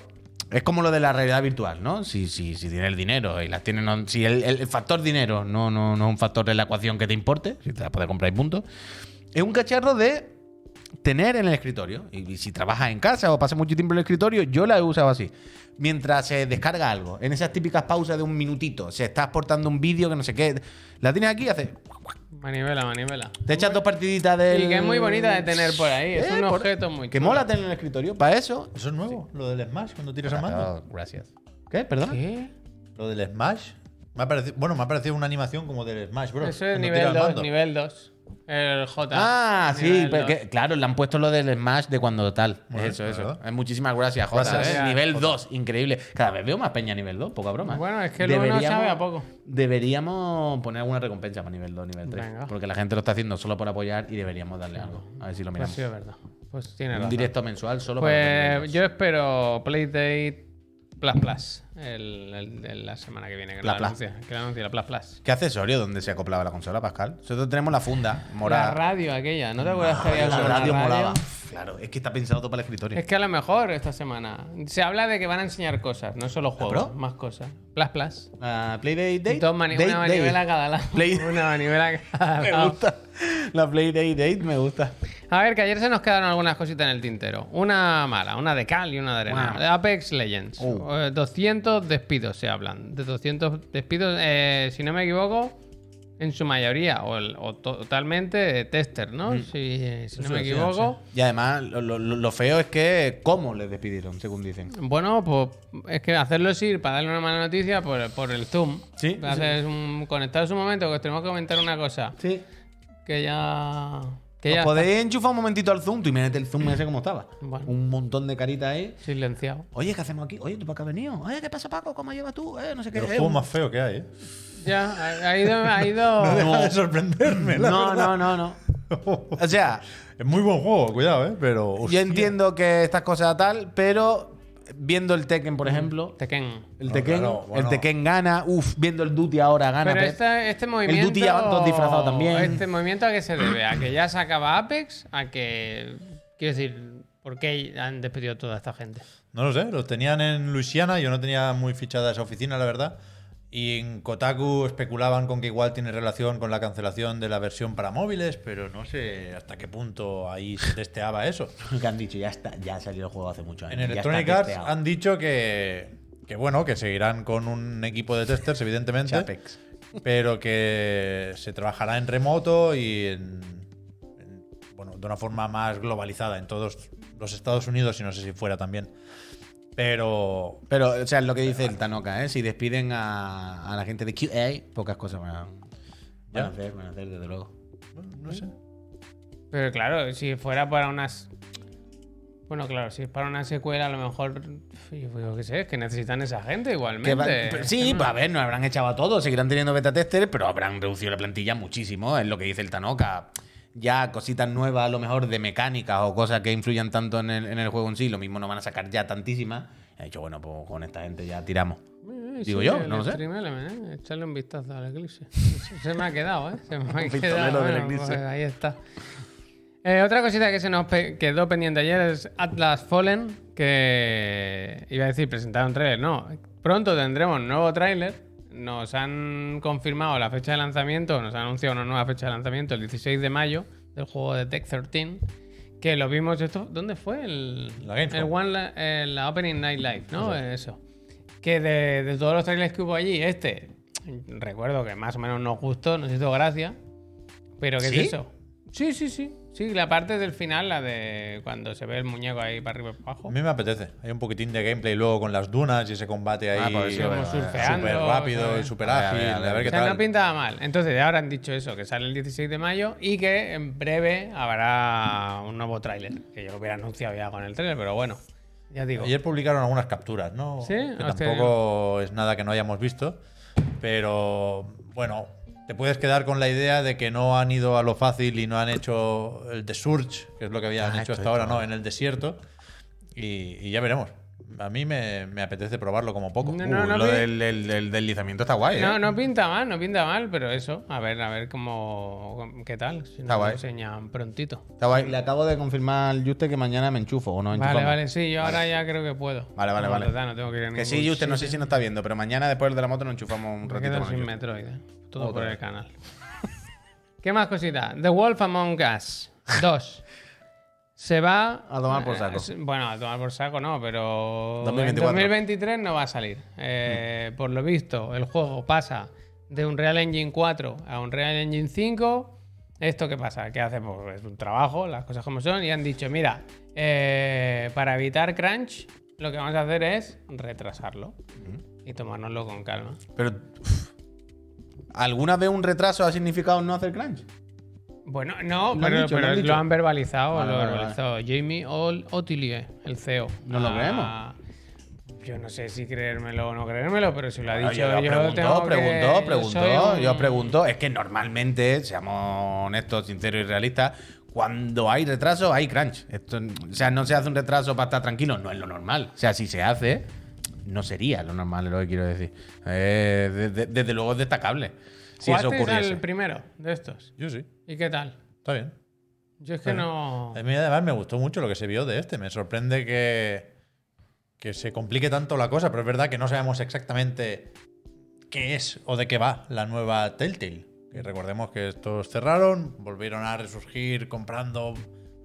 S4: es como lo de la realidad virtual, ¿no? Si, si, si tienes el dinero y las tienes. no- si el, el factor dinero no, no, no es un factor de la ecuación que te importe, si te la puedes comprar y punto. Es un cacharro de tener en el escritorio. Y, y si trabajas en casa o pasas mucho tiempo en el escritorio, yo la he usado así. Mientras se descarga algo, en esas típicas pausas de un minutito, se está exportando un vídeo que no sé qué, la tienes aquí y haces.
S2: Manivela, manivela.
S4: Te echas dos partiditas del.
S2: Y que es muy bonita de tener por ahí, es un
S4: ¿Eh? por-
S2: objeto muy
S4: Que
S2: chulo.
S4: mola tener en el escritorio. Para eso.
S3: Eso es nuevo, lo del Smash cuando tiras a mando.
S4: Ah, Gracias. ¿Qué? ¿Perdona?
S2: ¿Qué?
S3: Lo del Smash. Me ha parecido, bueno, me ha parecido una animación como del Smash Bros.
S2: Eso es
S3: cuando
S2: nivel
S3: tiras al
S2: 2,
S3: mando.
S2: nivel 2. El J.
S4: Ah, sí,
S2: Nivel
S4: pero
S2: dos.
S4: que- claro, le han puesto lo del Smash de cuando tal.
S3: Bueno,
S4: eso, eso.
S3: claro.
S4: Eh, Muchísimas gracias, Jota.
S3: Gracias.
S4: eh.
S2: Gracias.
S4: Nivel 2, increíble. Cada vez veo más peña a nivel 2, poca broma. eh.
S2: Bueno, es que el uno sabe a poco.
S4: Deberíamos poner alguna recompensa para nivel 2, nivel 3.
S2: Venga.
S4: Porque la gente lo está haciendo solo por apoyar y deberíamos darle algo. A ver si lo
S2: Pues
S4: miramos.
S2: sí, es verdad. Pues tiene
S4: Un
S2: razón.
S4: directo mensual solo para nivel
S2: Pues
S4: dos.
S2: yo espero Playdate Plus Plus el, el- el- la semana que viene. Que
S4: Plus
S2: la
S4: Plus.
S2: anuncia. Que la anuncia, la Plus Plus.
S4: ¿Qué accesorio donde se acoplaba la consola, Pascal? Nosotros tenemos la funda
S2: La
S4: morada.
S2: radio aquella, ¿no te acuerdas que había
S4: Ah, la
S2: como una
S4: radio
S2: radio?
S4: molaba. Claro, es que está pensado todo para el escritorio.
S2: Es que a lo mejor esta semana se habla de que van a enseñar cosas, no solo juegos,
S4: Pro?
S2: más cosas. Plus Plus.
S4: Ah, Playdate Date.
S2: Dos mani-
S4: Date,
S2: una
S4: Date.
S2: manivela cada lado.
S4: Play-
S2: Una manivela cada
S4: Me
S2: lado.
S4: gusta. La Playdate Date me gusta.
S2: A ver, que ayer se nos quedaron algunas cositas en el tintero. Una mala, una de cal y una de arena.
S4: Wow.
S2: Apex Legends.
S4: Uh.
S2: Eh, 200 despidos se hablan. De 200 despidos, eh, si no me equivoco, en su mayoría o, el- o to- totalmente eh, tester, ¿no? Si, si no
S3: Eso
S2: me
S3: decían,
S2: equivoco.
S4: Y además, lo, lo- lo feo es que cómo les despidieron, según dicen.
S2: Bueno, pues es que hacerlo así para darle una mala noticia por, por el Zoom.
S4: Sí,
S2: Haces un conectados un momento que os tenemos que comentar una cosa.
S4: Sí.
S2: Que ya. Que ya
S4: ¿Os
S2: está
S4: podéis enchufar un momentito al Zoom? Tú imagínate el Zoom ese como estaba.
S2: Bueno.
S4: Un montón de caritas ahí.
S2: silenciado.
S4: Oye, ¿qué hacemos aquí? Oye, ¿tú para qué has venido? Oye, ¿qué pasa, Paco? ¿Cómo llevas tú? Eh, no sé qué.
S3: De los
S4: Eh,
S3: juegos más feos que hay, ¿eh?
S2: Ya, ha- ha ido. Ha ido...
S3: No deja de sorprenderme, la
S4: No,
S3: verdad.
S4: no, no, no. O sea,
S3: Es muy buen juego, cuidado, ¿eh? Pero.
S4: yo
S3: hostia.
S4: entiendo que estas cosas tal, pero viendo el Tekken,
S2: Mm.
S4: por ejemplo,
S2: Tekken.
S4: el
S3: No,
S4: Tekken,
S3: claro, bueno.
S4: el Tekken gana, uff, viendo el Duty ahora gana.
S2: Pero
S4: Pep.
S2: esta- este movimiento.
S4: Duty ya van todos disfrazados también.
S2: Este movimiento a qué se debe? ¿A que ya se acaba Apex? ¿A que. Quiero decir, ¿por qué han despedido a toda esta gente?
S3: No lo sé, los tenían en Luisiana, yo no tenía muy fichada esa oficina, la verdad. Y en Kotaku especulaban con que igual tiene relación con la cancelación de la versión para móviles, pero no sé hasta qué punto ahí se testeaba eso.
S4: que han dicho, ya está, ya salió el juego hace muchos
S3: En
S4: años. ya está
S3: Electronic Arts
S4: testeado.
S3: han dicho que, que bueno, que seguirán con un equipo de testers, evidentemente.
S4: Chapex.
S3: Pero que se trabajará en remoto y en, en- bueno, de una forma más globalizada en todos los Estados Unidos y no sé si fuera también. Pero
S4: Pero, o sea, es lo que dice el Tanoka, ¿eh? Si despiden a, a la gente de QA, pocas cosas van a, van
S3: Ya.
S4: a hacer, van a hacer, desde luego.
S3: bueno, no sé.
S2: Pero claro, si fuera para unas. Bueno, claro, si es para una secuela, a lo mejor. Yo, yo qué sé, es que necesitan esa gente
S4: Que
S2: igualmente.
S4: va- pero sí, pues a ver, no habrán echado a todos, seguirán teniendo beta testers, pero habrán reducido la plantilla muchísimo, es lo que dice el Tanoka. Ya cositas nuevas, a lo mejor de mecánicas o cosas que influyan tanto en el, en el juego en sí, lo mismo no van a sacar ya tantísimas. Ha dicho, bueno, pues con esta gente ya tiramos.
S2: Eh,
S4: digo yo,
S2: el
S4: no lo sé.
S2: Stream Element, ¿eh? Echarle un vistazo al Eclipse. Se- Se me ha quedado, ¿eh? Se me ha quedado.
S4: pistolero del
S2: Bueno,
S4: Eclipse.
S2: pues ahí está. Eh, otra cosita que se nos pe- quedó pendiente ayer es Atlas Fallen, que iba a decir presentaron trailer, no. Pronto tendremos nuevo tráiler. Nos han confirmado la fecha de lanzamiento, nos han anunciado una nueva fecha de lanzamiento el 16 de mayo del juego de Tech 13, que lo vimos esto, ¿dónde fue? El,
S3: La Gamescom.
S2: el One Li- eh, la Opening Night Live, ¿no? Eso. Que de, de todos los trailers que hubo allí, este, recuerdo que más o menos nos gustó, nos hizo gracia. ¿Pero qué
S4: ¿Sí?
S2: es eso? Sí, sí, sí. Sí, la parte del final, la de cuando se ve el muñeco ahí para arriba y para
S3: A
S2: abajo.
S3: mí me apetece. Hay un poquitín de gameplay luego con las dunas y ese combate
S2: Ah,
S3: ahí
S4: pues sí,
S2: Como
S4: vale, vale.
S2: surfeando.
S3: súper rápido y
S2: ¿sabes?
S3: súper
S4: Vale,
S3: ágil.
S4: vale,
S3: A
S4: vale.
S3: ver
S2: O
S3: qué
S2: sea, no
S3: tal.
S2: pintaba mal. Entonces, de ahora han dicho eso, que sale el 16 de mayo y que en breve habrá un nuevo tráiler. Que yo lo hubiera anunciado ya con el tráiler, pero bueno. Ya digo.
S3: Ayer publicaron algunas capturas, ¿no?
S2: Sí,
S3: Que
S2: hostia,
S3: tampoco es nada que no hayamos visto. Pero bueno, te puedes quedar con la idea de que no han ido a lo fácil y no han hecho el de Surge, que es lo que habían
S2: Ah,
S3: hecho hasta ahora, ¿no? En el desierto. Y, y ya veremos. A mí me, me apetece probarlo como poco.
S2: No, no,
S4: Uh,
S2: no,
S4: lo
S2: vi-
S4: del, del- del deslizamiento está guay, ¿eh?
S2: No, no pinta mal, no pinta mal, pero eso. A ver, a ver cómo. ¿Qué tal? Si
S4: Está
S2: nos lo
S4: guay.
S2: enseñan prontito.
S4: Está guay. Le acabo de confirmar al Juste que mañana me enchufo o no
S2: Vale, vale, sí, yo ahora ya creo que puedo.
S4: Vale, vale,
S2: No,
S4: vale.
S2: total, no tengo que ir a
S4: Que
S2: ningún
S4: sí, Juste, no sé
S2: sitio.
S4: si nos está viendo, pero mañana después de la moto nos enchufamos un
S2: Me
S4: ratito
S2: quedo
S4: con el
S2: sin
S4: Juste.
S2: Metroid. ¿eh? Todo
S4: Otra
S2: por el
S4: vez.
S2: canal. ¿Qué más cositas? The Wolf Among Us 2. Se va.
S4: A tomar por
S2: eh,
S4: saco.
S2: se- bueno, a tomar por saco no, pero.
S4: 2024.
S2: En 2023 no va a salir. Eh,
S4: Mm.
S2: Por lo visto, el juego pasa de un Real Engine 4 a un Real Engine 5. ¿Esto qué pasa? ¿Qué hace? Pues es un trabajo, las cosas como son. Y han dicho, mira, eh, para evitar crunch, lo que vamos a hacer es retrasarlo
S4: Mm.
S2: y tomárnoslo con calma.
S4: Pero. uf, ¿Alguna vez un retraso ha significado no hacer crunch?
S2: Bueno, no,
S4: han
S2: pero, pero lo,
S4: dicho, lo han
S2: han
S4: dicho.
S2: verbalizado,
S4: Vale,
S2: lo
S4: vale, vale.
S2: verbalizó Jamie Ol- Ottilie, el CEO.
S4: ¿No lo
S2: creemos? Ah, Yo no sé si creérmelo o no creérmelo, pero si lo ha
S4: Bueno,
S2: dicho
S4: Ah, yo
S2: yo,
S4: preguntó,
S2: tengo que-
S4: preguntó,
S2: yo
S4: preguntó,
S2: soy un-
S4: yo preguntó. Es que normalmente, seamos honestos, sinceros y realistas, cuando hay retraso, hay crunch. Esto, o sea, no se hace un retraso para estar tranquilo, no es lo normal. O sea, si se hace, no sería lo normal, es lo que quiero decir. Eh, de- de- desde luego es destacable. Si eso
S2: ¿Jugasteis
S4: ocurriese.
S2: al primero de estos?
S3: Yo sí,
S2: ¿Y qué tal?
S3: está bien.
S2: Yo es que no...
S3: A mí además me gustó mucho lo que se vio de este. Me sorprende que, que se complique tanto la cosa, pero es verdad que no sabemos exactamente qué es o de qué va la nueva Telltale. Que recordemos que estos cerraron, volvieron a resurgir comprando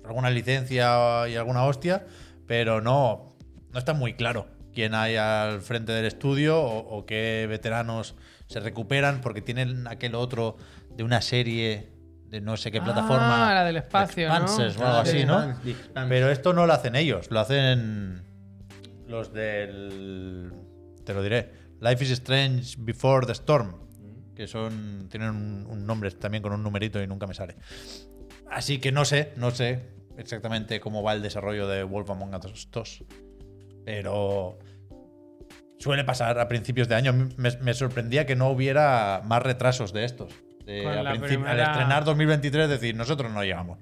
S3: alguna licencia y alguna hostia, pero no, no está muy claro quién hay al frente del estudio o, o qué veteranos se recuperan, porque tienen aquel otro de una serie de no sé qué plataforma.
S2: Ah, la del espacio, ¿no?
S3: Expanses o algo
S2: Sí.
S3: así, ¿no?
S5: Expans- The Expanse.
S3: Pero esto no lo hacen ellos, lo hacen los del. Te lo diré. Life is Strange Before the Storm.
S2: Mm.
S3: Que son. Tienen un, un nombre también con un numerito y nunca me sale. Así que no sé, no sé exactamente cómo va el desarrollo de Wolf Among Us 2. Pero. Suele pasar a principios de año. Me, me sorprendía que no hubiera más retrasos de estos. De,
S2: Con
S3: a
S2: la
S3: principi- Al
S2: primera-
S3: estrenar 2023, decir, nosotros no llegamos.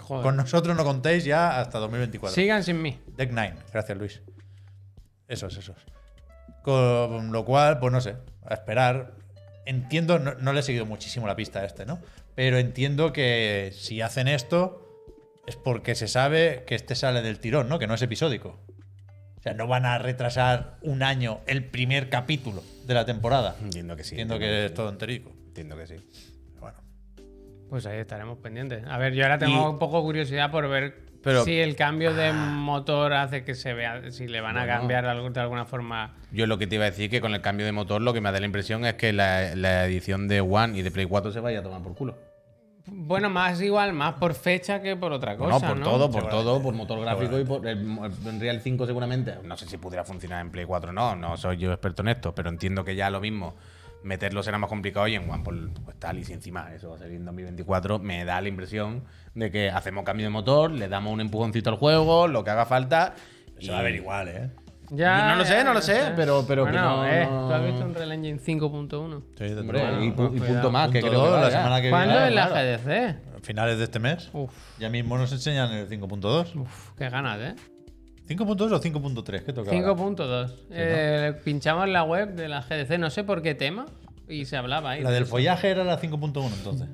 S2: Joder.
S3: Con nosotros no contéis ya hasta 2024.
S2: Sigan sin mí.
S3: Deck 9, gracias Luis. Esos, esos. Con lo cual, pues no sé, a esperar. Entiendo, no, no le he seguido muchísimo la pista a este, ¿no? Pero entiendo que si hacen esto es porque se sabe que este sale del tirón, ¿no? Que no es episódico. O sea, no van a retrasar un año el primer capítulo de la temporada.
S4: Entiendo que sí.
S3: Entiendo que es todo enterico.
S4: Entiendo que sí.
S3: Bueno,
S2: Pues ahí estaremos pendientes. A ver, yo ahora tengo un poco curiosidad por ver
S4: Pero- Ah.
S2: si el cambio de motor hace que se vea, si le van a cambiar algo- de alguna forma.
S4: Yo lo que te iba a decir que con el cambio de motor lo que me da la impresión es que la, la edición de One y de Play 4 se vaya a tomar por culo.
S2: Bueno, más igual, más por fecha que por otra cosa.
S4: no, por
S2: ¿no?
S4: todo, por todo, por motor gráfico y por el, el Real 5 seguramente. No sé si pudiera funcionar en Play 4 o no, no soy yo experto en esto, pero entiendo que ya lo mismo meterlo será más complicado y en One por, pues tal y si encima eso va a salir en 2024 me da la impresión de que hacemos cambio de motor, le damos un empujoncito al juego, lo que haga falta. y-
S3: se va a ver igual, ¿eh?
S2: Ya,
S4: No lo sé,
S2: ya,
S4: no lo sé, pero- pero que
S2: Bueno,
S4: no-
S2: eh,
S4: no-
S2: ¿Tú has visto un Real Engine 5.1?
S3: Sí,
S4: Hombre,
S2: Bueno,
S4: y, pu- y punto
S2: cuidado.
S4: más, que
S3: Punto
S4: creo que
S3: dos,
S4: va
S3: la
S4: ya.
S3: semana Ah, que
S2: ¿Cuándo
S3: viene,
S2: es la
S3: claro.
S2: GDC?
S3: Finales de este mes.
S2: Uf,
S3: Ya mismo nos enseñan el 5.2.
S2: uf, qué ganas, ¿eh?
S3: 5.2 o 5.3, ¿qué toca? ahora?
S2: 5.2. Eh, Pinchamos la web de la GDC, no sé por qué tema, y se hablaba ahí.
S3: La del follaje era la 5.1 entonces.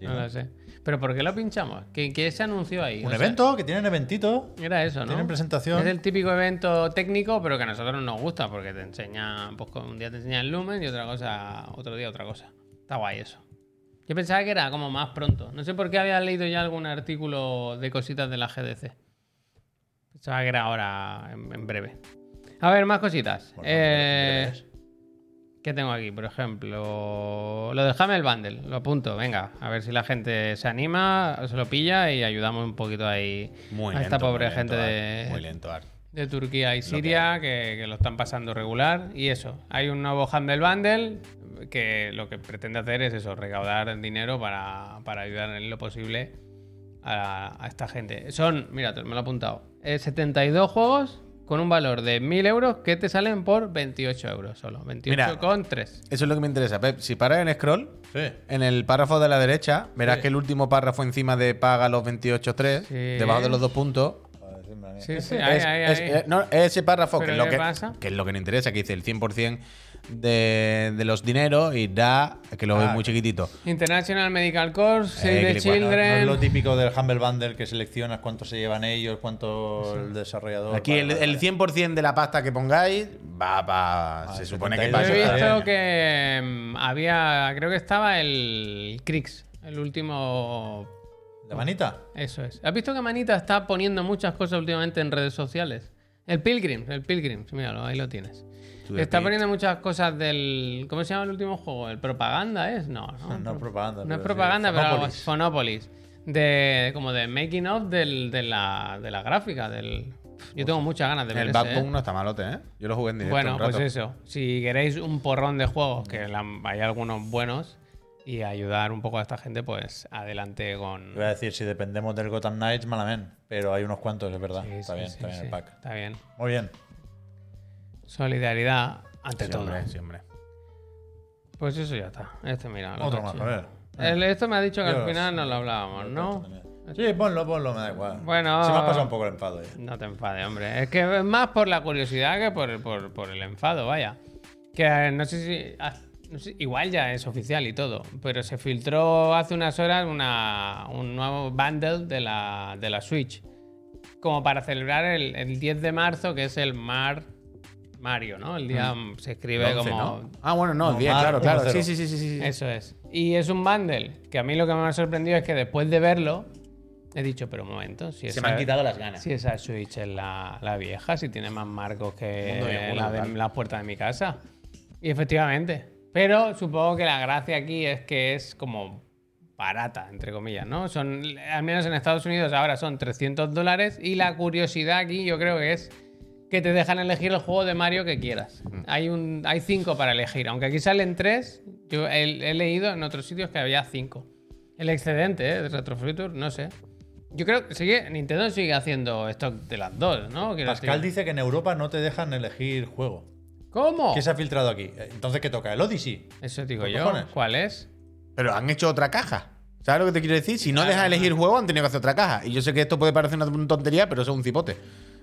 S2: No lo sé. ¿Pero por qué lo pinchamos? ¿Qué, qué se anunció ahí? O
S3: Un
S2: sea,
S3: evento, que tienen eventito.
S2: Era eso, ¿no?
S3: Tienen presentación.
S2: Es el típico evento técnico, pero que a nosotros nos gusta, porque te enseña, pues un día te enseña el Lumen y otra cosa, otro día otra cosa. Está guay eso. Yo pensaba que era como más pronto. No sé por qué había leído ya algún artículo de cositas de la GDC. Pensaba que era ahora, en, en breve. A ver, más cositas.
S3: Bueno,
S2: Eh,
S3: en breve
S2: ¿Qué tengo aquí? Por ejemplo, lo del Hamel Bundle. Lo apunto, venga. A ver si la gente se anima, se lo pilla y ayudamos un poquito ahí
S4: Muy
S2: a
S4: lento,
S2: esta pobre
S4: muy
S2: gente
S4: lento,
S2: de,
S4: Ar. Muy lento, Ar.
S2: de Turquía y Siria que, que lo están pasando regular. Y eso, hay un nuevo Handel Bundle que lo que pretende hacer es eso, recaudar dinero para, para ayudar en lo posible a, a esta gente. Son, mira, me lo he apuntado, eh, 72 juegos con un valor de 1.000 euros que te salen por 28 euros solo. 28,3.
S4: Eso es lo que me interesa, Pep. Si paras en scroll,
S3: Sí.
S4: en el párrafo de la derecha, verás que el último párrafo encima de paga los 28.3,
S2: Sí.
S4: debajo de los dos puntos.
S2: Sí, sí, ahí,
S4: es,
S2: ahí,
S4: es-
S2: ahí.
S4: eh, no, ese párrafo que
S2: ¿Pero
S4: es, lo
S2: qué
S4: que,
S2: pasa?
S4: que es lo que nos interesa, que dice el 100% de, de los dineros y da, que lo ves muy chiquitito.
S2: International Medical Corps,
S4: Eh,
S2: Save
S4: que
S2: the
S4: le- bueno,
S3: No, no es
S2: Children.
S3: lo típico del Humble Bundle que seleccionas cuánto se llevan ellos, cuánto el desarrollador.
S4: Aquí
S3: Vale,
S4: el,
S3: vale,
S4: el
S3: vale.
S4: 100% de la pasta que pongáis va para... se
S3: el
S4: supone que para
S3: 72
S4: eso
S2: Yo he
S3: Vaya,
S4: está
S2: visto
S3: vaya.
S2: que mm, había, creo que estaba el Crix, el último,
S3: ¿La manita?
S2: eso es. ¿Has visto que Manita está poniendo muchas cosas últimamente en redes sociales? El Pilgrim, el Pilgrim, míralo, ahí lo tienes.
S4: To the
S2: Está
S4: pit.
S2: poniendo muchas cosas del, ¿cómo se llama el último juego? El propaganda es, no, no,
S3: No es propaganda.
S2: no es
S3: pero sí,
S2: propaganda, pero algo
S3: Fonopolis.
S2: así. Fonopolis. De, como de making of del- de, la, de la gráfica. Del... Yo tengo muchas ganas de ver
S4: El
S2: ese, ¿eh?
S4: Backbone no está malote, ¿eh? Yo lo jugué en directo
S2: Bueno,
S4: un rato.
S2: pues eso. Si queréis un porrón de juegos, que la- hay algunos buenos, y ayudar un poco a esta gente, pues adelante con.
S3: Iba a decir, si dependemos del Gotham Knights, malamente. Pero hay unos cuantos, es verdad.
S2: Sí,
S3: está
S2: sí,
S3: bien,
S2: sí,
S3: está bien
S2: sí,
S3: el pack.
S2: Está bien.
S3: Muy bien.
S2: Solidaridad ante
S4: Sí,
S2: todo.
S4: hombre, sí, hombre.
S2: Pues eso ya está. Este, mira. lo
S3: Otro
S2: que
S3: más,
S2: ha
S3: a ver.
S2: hecho. El- esto me ha dicho que al
S3: Dios.
S2: final no lo hablábamos, ¿no?
S3: Sí, ponlo, ponlo, me da igual.
S2: Bueno.
S3: Se me ha pasado un poco el enfado ya.
S2: No te enfades, hombre. Es que es más por la curiosidad que por, el- por- por el enfado, vaya. Que eh, no sé si. ah, no sé, igual ya es oficial y todo, pero se filtró hace unas horas una- un nuevo bundle de la, de la Switch. Como para celebrar el, el 10 de marzo, que es el Mar Mario, ¿no? El día mm, se escribe
S4: El 11,
S2: como. Eh,
S4: ¿no? Ah, bueno, no,
S3: No,
S4: 10,
S3: más,
S4: claro, claro.
S3: 1-0.
S4: Sí, sí, sí, sí, sí.
S2: Eso es. Y es un bundle que a mí lo que me ha sorprendido es que después de verlo, He dicho, pero un momento. Si
S6: Se
S2: esa-
S6: me han quitado las ganas.
S2: Si esa Switch es la, la vieja, si tiene más marcos que
S4: Mundo de
S2: la,
S4: Yagura,
S2: de,
S4: tal.
S2: la puerta de mi casa. Y efectivamente. Pero supongo que la gracia aquí es que es como barata, entre comillas, ¿no? Son, al menos en Estados Unidos ahora son 300 dólares y la curiosidad aquí yo creo que es que te dejan elegir el juego de Mario que quieras. Hay, un, hay cinco para elegir, aunque aquí salen tres, yo he, he leído en otros sitios que había cinco. El excedente ¿eh? de Retro Future, no sé. Yo creo que sigue, Nintendo sigue haciendo stock de las dos, ¿no? Quiero
S3: Pascal
S2: decir-
S3: dice que en Europa no te dejan elegir juego.
S2: ¿Cómo?
S3: ¿Qué se ha filtrado aquí? Eh, Entonces, ¿qué toca? ¿El Odyssey?
S2: Eso digo
S3: ¿Qué
S2: yo.
S3: cojones?
S2: ¿Cuál es?
S4: Pero han hecho otra caja. ¿Sabes lo que te quiero decir? Si no
S2: Claro,
S4: dejas elegir juego, han tenido que hacer otra caja. Y yo sé que esto puede parecer una tontería, pero eso es un cipote.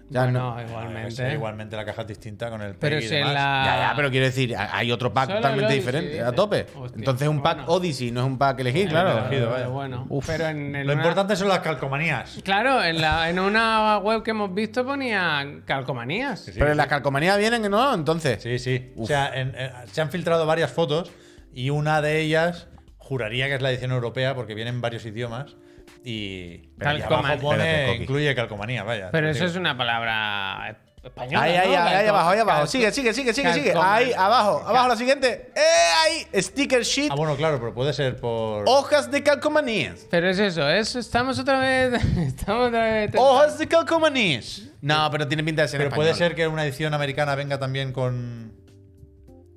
S4: Ya
S2: Bueno,
S4: no.
S3: Ah,
S2: igualmente.
S3: sí, igualmente la caja es distinta con el
S2: Pero
S3: PEGI y
S2: si
S3: demás.
S2: la-
S4: Ya, ya, pero quiero decir, ha- hay otro pack
S2: Solo
S4: totalmente
S2: el Odyssey,
S4: diferente, a
S2: dice.
S4: tope.
S2: Hostia,
S4: Entonces es un pack
S2: bueno.
S4: Odyssey, no es un pack elegir, claro.
S2: Pero-
S3: elegido, vaya.
S2: Bueno,
S4: Uf.
S2: pero en el
S3: Lo
S2: una-
S3: importante son las calcomanías.
S2: Claro, en, la, en una web que hemos visto ponía calcomanías.
S4: Pero las calcomanías vienen, ¿no? Entonces.
S3: Sí, sí. O
S4: Uf.
S3: sea, en- en- se han filtrado varias fotos y una de ellas juraría que es la edición europea porque vienen en varios idiomas y
S2: Pero
S3: y
S2: ya
S3: abajo
S2: Calcomanía.
S3: pone
S4: Espérate, Coqui.
S3: incluye calcomanía, vaya.
S2: Pero
S3: Te
S2: eso
S3: digo.
S2: es una palabra española.
S4: Ahí, ahí,
S2: ¿no?
S4: ahí, ahí
S2: Calco-
S4: abajo, ahí abajo.
S2: calco-
S4: Sigue, sigue, sigue, sigue, sigue.
S2: calcomanía.
S4: Ahí abajo, abajo la siguiente. ¡Eh! Ahí, sticker sheet,
S3: Ah, bueno, claro, pero puede ser por
S2: Oh,
S4: hojas de calcomanías.
S2: Pero es eso, es, estamos otra vez. Estamos otra vez.
S4: Hojas de calcomanías. No, pero tiene pinta de ser
S3: Pero
S4: español.
S3: puede ser que una edición americana venga también con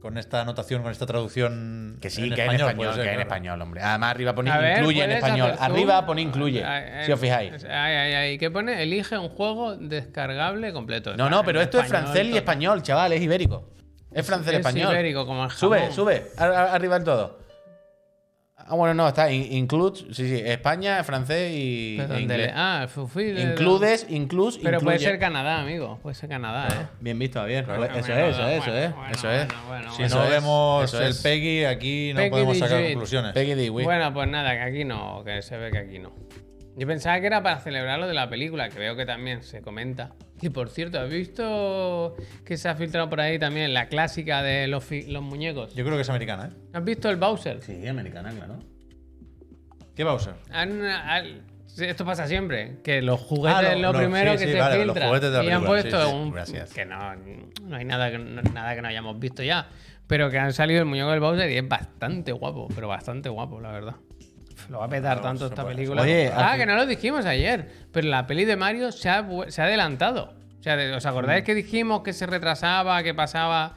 S3: con esta anotación, con esta traducción
S4: Que sí, que hay en
S3: puede
S4: español,
S3: ser,
S4: que hay en
S3: claro.
S4: español, hombre. Además, arriba pone
S2: A ver,
S4: incluye en
S2: ¿puedes
S4: español.
S2: hacer zoom?
S4: Arriba pone incluye,
S2: Ah, eh,
S4: si os fijáis.
S2: Ay, ay, ay. ¿Qué pone? Elige un juego descargable completo.
S4: No, no, pero
S2: En
S4: esto es
S2: español,
S4: francés y
S2: todo.
S4: español, chaval, es ibérico. Es francés y
S2: Es
S4: español.
S2: ibérico, como el
S4: Sube,
S2: jamón.
S4: sube, ar- ar- arriba del todo. Ah, bueno, no, está. in- Includes, sí, sí, España, francés y.
S2: Pero
S4: e
S2: donde
S4: inglés.
S2: le- Ah, fulfill.
S4: Includes, inclus,
S2: Pero puede
S4: incluye.
S2: ser Canadá, amigo. Puede ser Canadá, ¿eh?
S4: Bien visto, bien.
S2: Bueno,
S4: Pues eso
S2: bueno,
S4: es, eso es, eso
S2: bueno,
S4: es.
S2: bueno,
S4: Eso es.
S2: bueno, bueno,
S3: Si
S4: Eso
S3: no
S4: es,
S3: vemos
S4: eso
S3: el
S4: es.
S3: PEGI, aquí no
S2: Peggy
S3: podemos sacar
S2: 18.
S3: conclusiones.
S4: Peggy Dee, güey.
S2: Bueno, pues nada, que aquí no, que se ve que aquí no. Yo pensaba que era para celebrar lo de la película, que veo que también se comenta. Y por cierto, ¿has visto que se ha filtrado por ahí también la clásica de los, fi- los muñecos?
S3: Yo creo que es americana, ¿eh?
S2: ¿Has visto el Bowser?
S4: Sí, americana, claro.
S3: ¿Qué Bowser?
S2: Han- al- esto pasa siempre, que los juguetes
S3: Ah, lo-
S2: es lo,
S3: lo-
S2: primero
S3: sí,
S2: que
S3: sí,
S2: se
S3: vale, los
S2: filtra.
S3: juguetes de la
S2: y han
S3: película,
S2: puesto
S3: sí, sí,
S2: un
S3: gracias.
S2: que no, no hay nada que no, nada que no hayamos visto ya, pero que han salido el muñeco del Bowser y es bastante guapo, pero bastante guapo, la verdad. Lo va a petar tanto esta película.
S4: Oye,
S2: ah,
S4: al-
S2: que no lo dijimos ayer, pero la peli de Mario se ha, vu- se ha adelantado. O sea, de- ¿os
S3: Mm.
S2: acordáis que dijimos que se retrasaba, que pasaba?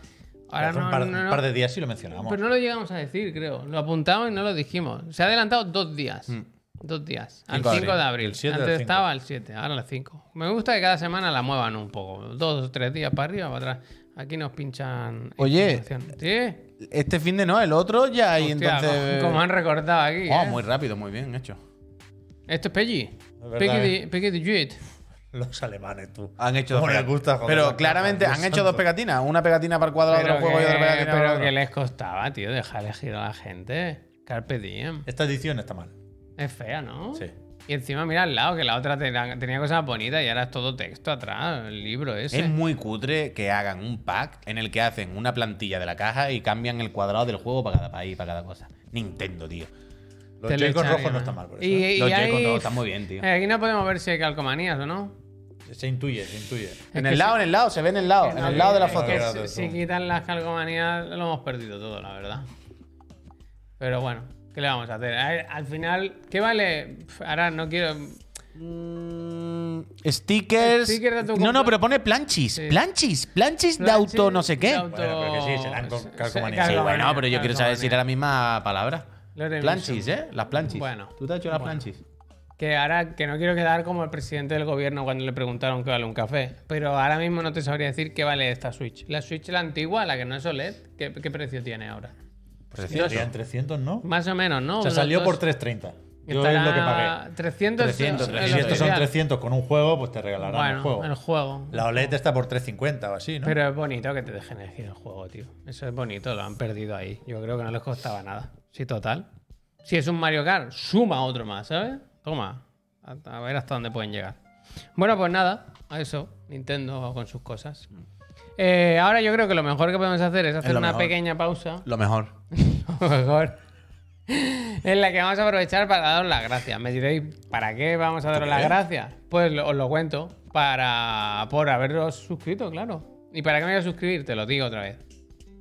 S2: Ahora
S3: Hace
S2: no,
S3: un, par,
S2: no,
S3: un
S2: no.
S3: par de días sí lo mencionamos.
S2: Pero no lo llegamos a decir, creo. Lo apuntamos y no lo dijimos. Se ha adelantado dos días. Dos días. Al
S3: Cinco
S2: 5
S3: de
S2: de
S3: abril.
S2: abril.
S3: El siete
S2: Antes
S3: al cinco.
S2: estaba al 7, ahora al 5. Me gusta que cada semana la muevan un poco. Dos o tres días para arriba, para atrás. Aquí nos pinchan.
S4: Oye.
S2: información. ¿Sí?
S4: Este fin de no, el otro ya y
S2: Hostia,
S4: entonces.
S2: como, como han recortado aquí.
S4: Oh,
S2: ¿eh?
S4: muy rápido, muy bien hecho.
S2: Esto es Peggy.
S3: verdad,
S2: Peggy
S3: eh.
S2: de- Peggy de Juit.
S3: Los alemanes, tú.
S4: Han hecho dos
S3: ¿Cómo les
S4: pegatinas.
S3: gusta joder las
S4: Pero
S3: cajas,
S4: claramente
S3: Dios
S4: han hecho
S3: santo?
S4: dos pegatinas. Una pegatina para el cuadrado del
S2: Pero,
S4: juego y otra
S2: que,
S4: pegatina
S2: pero
S4: para el
S2: que
S4: otro.
S2: les costaba, tío, dejar elegir a la gente. Carpe diem.
S3: Esta edición está mal.
S2: Es fea, ¿no?
S3: Sí.
S2: Y encima mira al lado, que la otra tenía, tenía cosas bonitas y ahora es todo texto atrás, el libro ese.
S4: Es muy cutre que hagan un pack en el que hacen una plantilla de la caja y cambian el cuadrado del juego para cada país, para cada cosa. Nintendo, tío.
S3: Los
S2: Te lo
S3: chicos
S2: echan
S3: rojos
S2: ahí,
S3: no están mal por eso.
S2: Y,
S3: ¿eh?
S2: y
S4: Los
S2: hay-
S4: Joy-Con no, están muy bien, tío.
S2: Eh, aquí no podemos ver si hay calcomanías o no.
S3: Se intuye, se intuye.
S4: En el lado, en el lado, se ve en el lado, en el lado de la
S2: Es
S4: foto.
S2: que si-
S3: Claro,
S2: si
S3: tú.
S2: quitan las calcomanías lo hemos perdido todo, la verdad. Pero bueno, ¿qué le vamos a hacer? A- Al final, ¿qué vale? Pf, Ahora no quiero...
S4: Mm, Stickers.
S2: Sticker de tu
S4: No, no,
S2: compra-
S4: pero pone planchis.
S2: Sí.
S4: Planchis, planchis de auto, no sé qué.
S2: De auto-
S3: Bueno, pero que sí, serán cal-
S2: se- se-
S3: calcomanías.
S4: Sí,
S3: Calcomanía,
S4: bueno, pero yo quiero saber si era
S2: calcomanías.
S4: la misma palabra.
S2: Lo reviso.
S4: Planchis, ¿eh? Las planchis.
S2: Bueno.
S4: ¿Tú te has hecho las
S2: Bueno.
S4: planchis?
S2: Que ahora que no quiero quedar como el presidente del gobierno cuando le preguntaron que vale un café. Pero ahora mismo no te sabría decir qué vale esta Switch. La Switch la antigua, la que no es OLED, ¿qué, qué precio tiene ahora?
S3: Pues serían 300, ¿no?
S2: Más o menos, ¿no?
S3: Se
S2: Unos
S3: salió
S2: dos-
S3: por 330. Yo
S2: estará
S3: es lo que pagué.
S2: 300,
S4: 300,
S2: es
S3: Y
S2: lo
S3: si estos son
S2: oficial.
S3: 300 con un juego, pues te regalarán
S2: Bueno,
S3: el juego.
S2: el juego.
S3: La OLED está por 350 o así, ¿no?
S2: Pero es bonito que te dejen elegir el juego, tío. Eso es bonito, lo han perdido ahí. Yo creo que no les costaba nada. Sí, total. Si es un Mario Kart, suma otro más, ¿sabes? Toma. A, a ver hasta dónde pueden llegar. Bueno, pues nada. A eso. Nintendo con sus cosas. Eh, ahora yo creo que Mm. lo mejor que podemos hacer es hacer
S4: lo
S2: una
S4: mejor.
S2: pequeña pausa.
S4: Lo mejor.
S2: Lo mejor. en la que vamos a aprovechar para daros las gracias. Me diréis, ¿para qué vamos a daros
S7: ¿Eh?
S2: las gracias? Pues lo- os lo cuento. Para, por haberos suscrito, claro. ¿Y para qué me voy a suscribir? Te lo digo otra vez.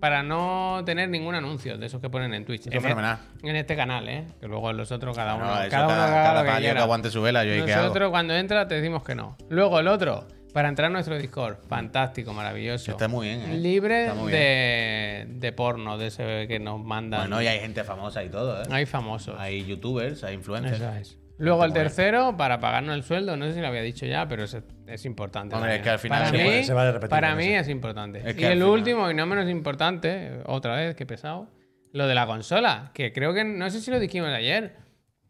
S2: Para no tener ningún anuncio de esos que ponen en Twitch. En, e-
S7: fenomenal.
S2: en este canal, ¿eh? Que luego en los otros cada uno.
S7: No, eso
S2: cada uno haga lo que
S7: palio
S2: quiera.
S7: que aguante su vela, yo ahí que hago.
S2: Nosotros cuando entra te decimos que no. Luego el otro, para entrar a nuestro Discord, fantástico, maravilloso.
S7: Está muy bien, ¿eh?
S2: Libre
S7: Está muy
S2: de, de porno, de ese que nos mandan.
S7: Bueno, y hay gente famosa y todo, ¿eh?
S2: Hay famosos.
S7: Hay youtubers, hay influencers.
S2: Eso es. Luego el tercero, para pagarnos el sueldo, no sé si lo había dicho ya, pero es, es importante.
S7: Hombre,
S2: también.
S7: es que al final
S2: para
S7: se
S2: mí,
S7: puede-
S3: se vale repetir
S2: para
S3: con
S2: mí
S3: eso.
S2: es importante.
S7: Es que
S2: y
S7: al
S2: el
S7: final-
S2: último, y no menos importante, eh, otra vez, que pesado, lo de la consola, que creo que, no sé si lo dijimos ayer,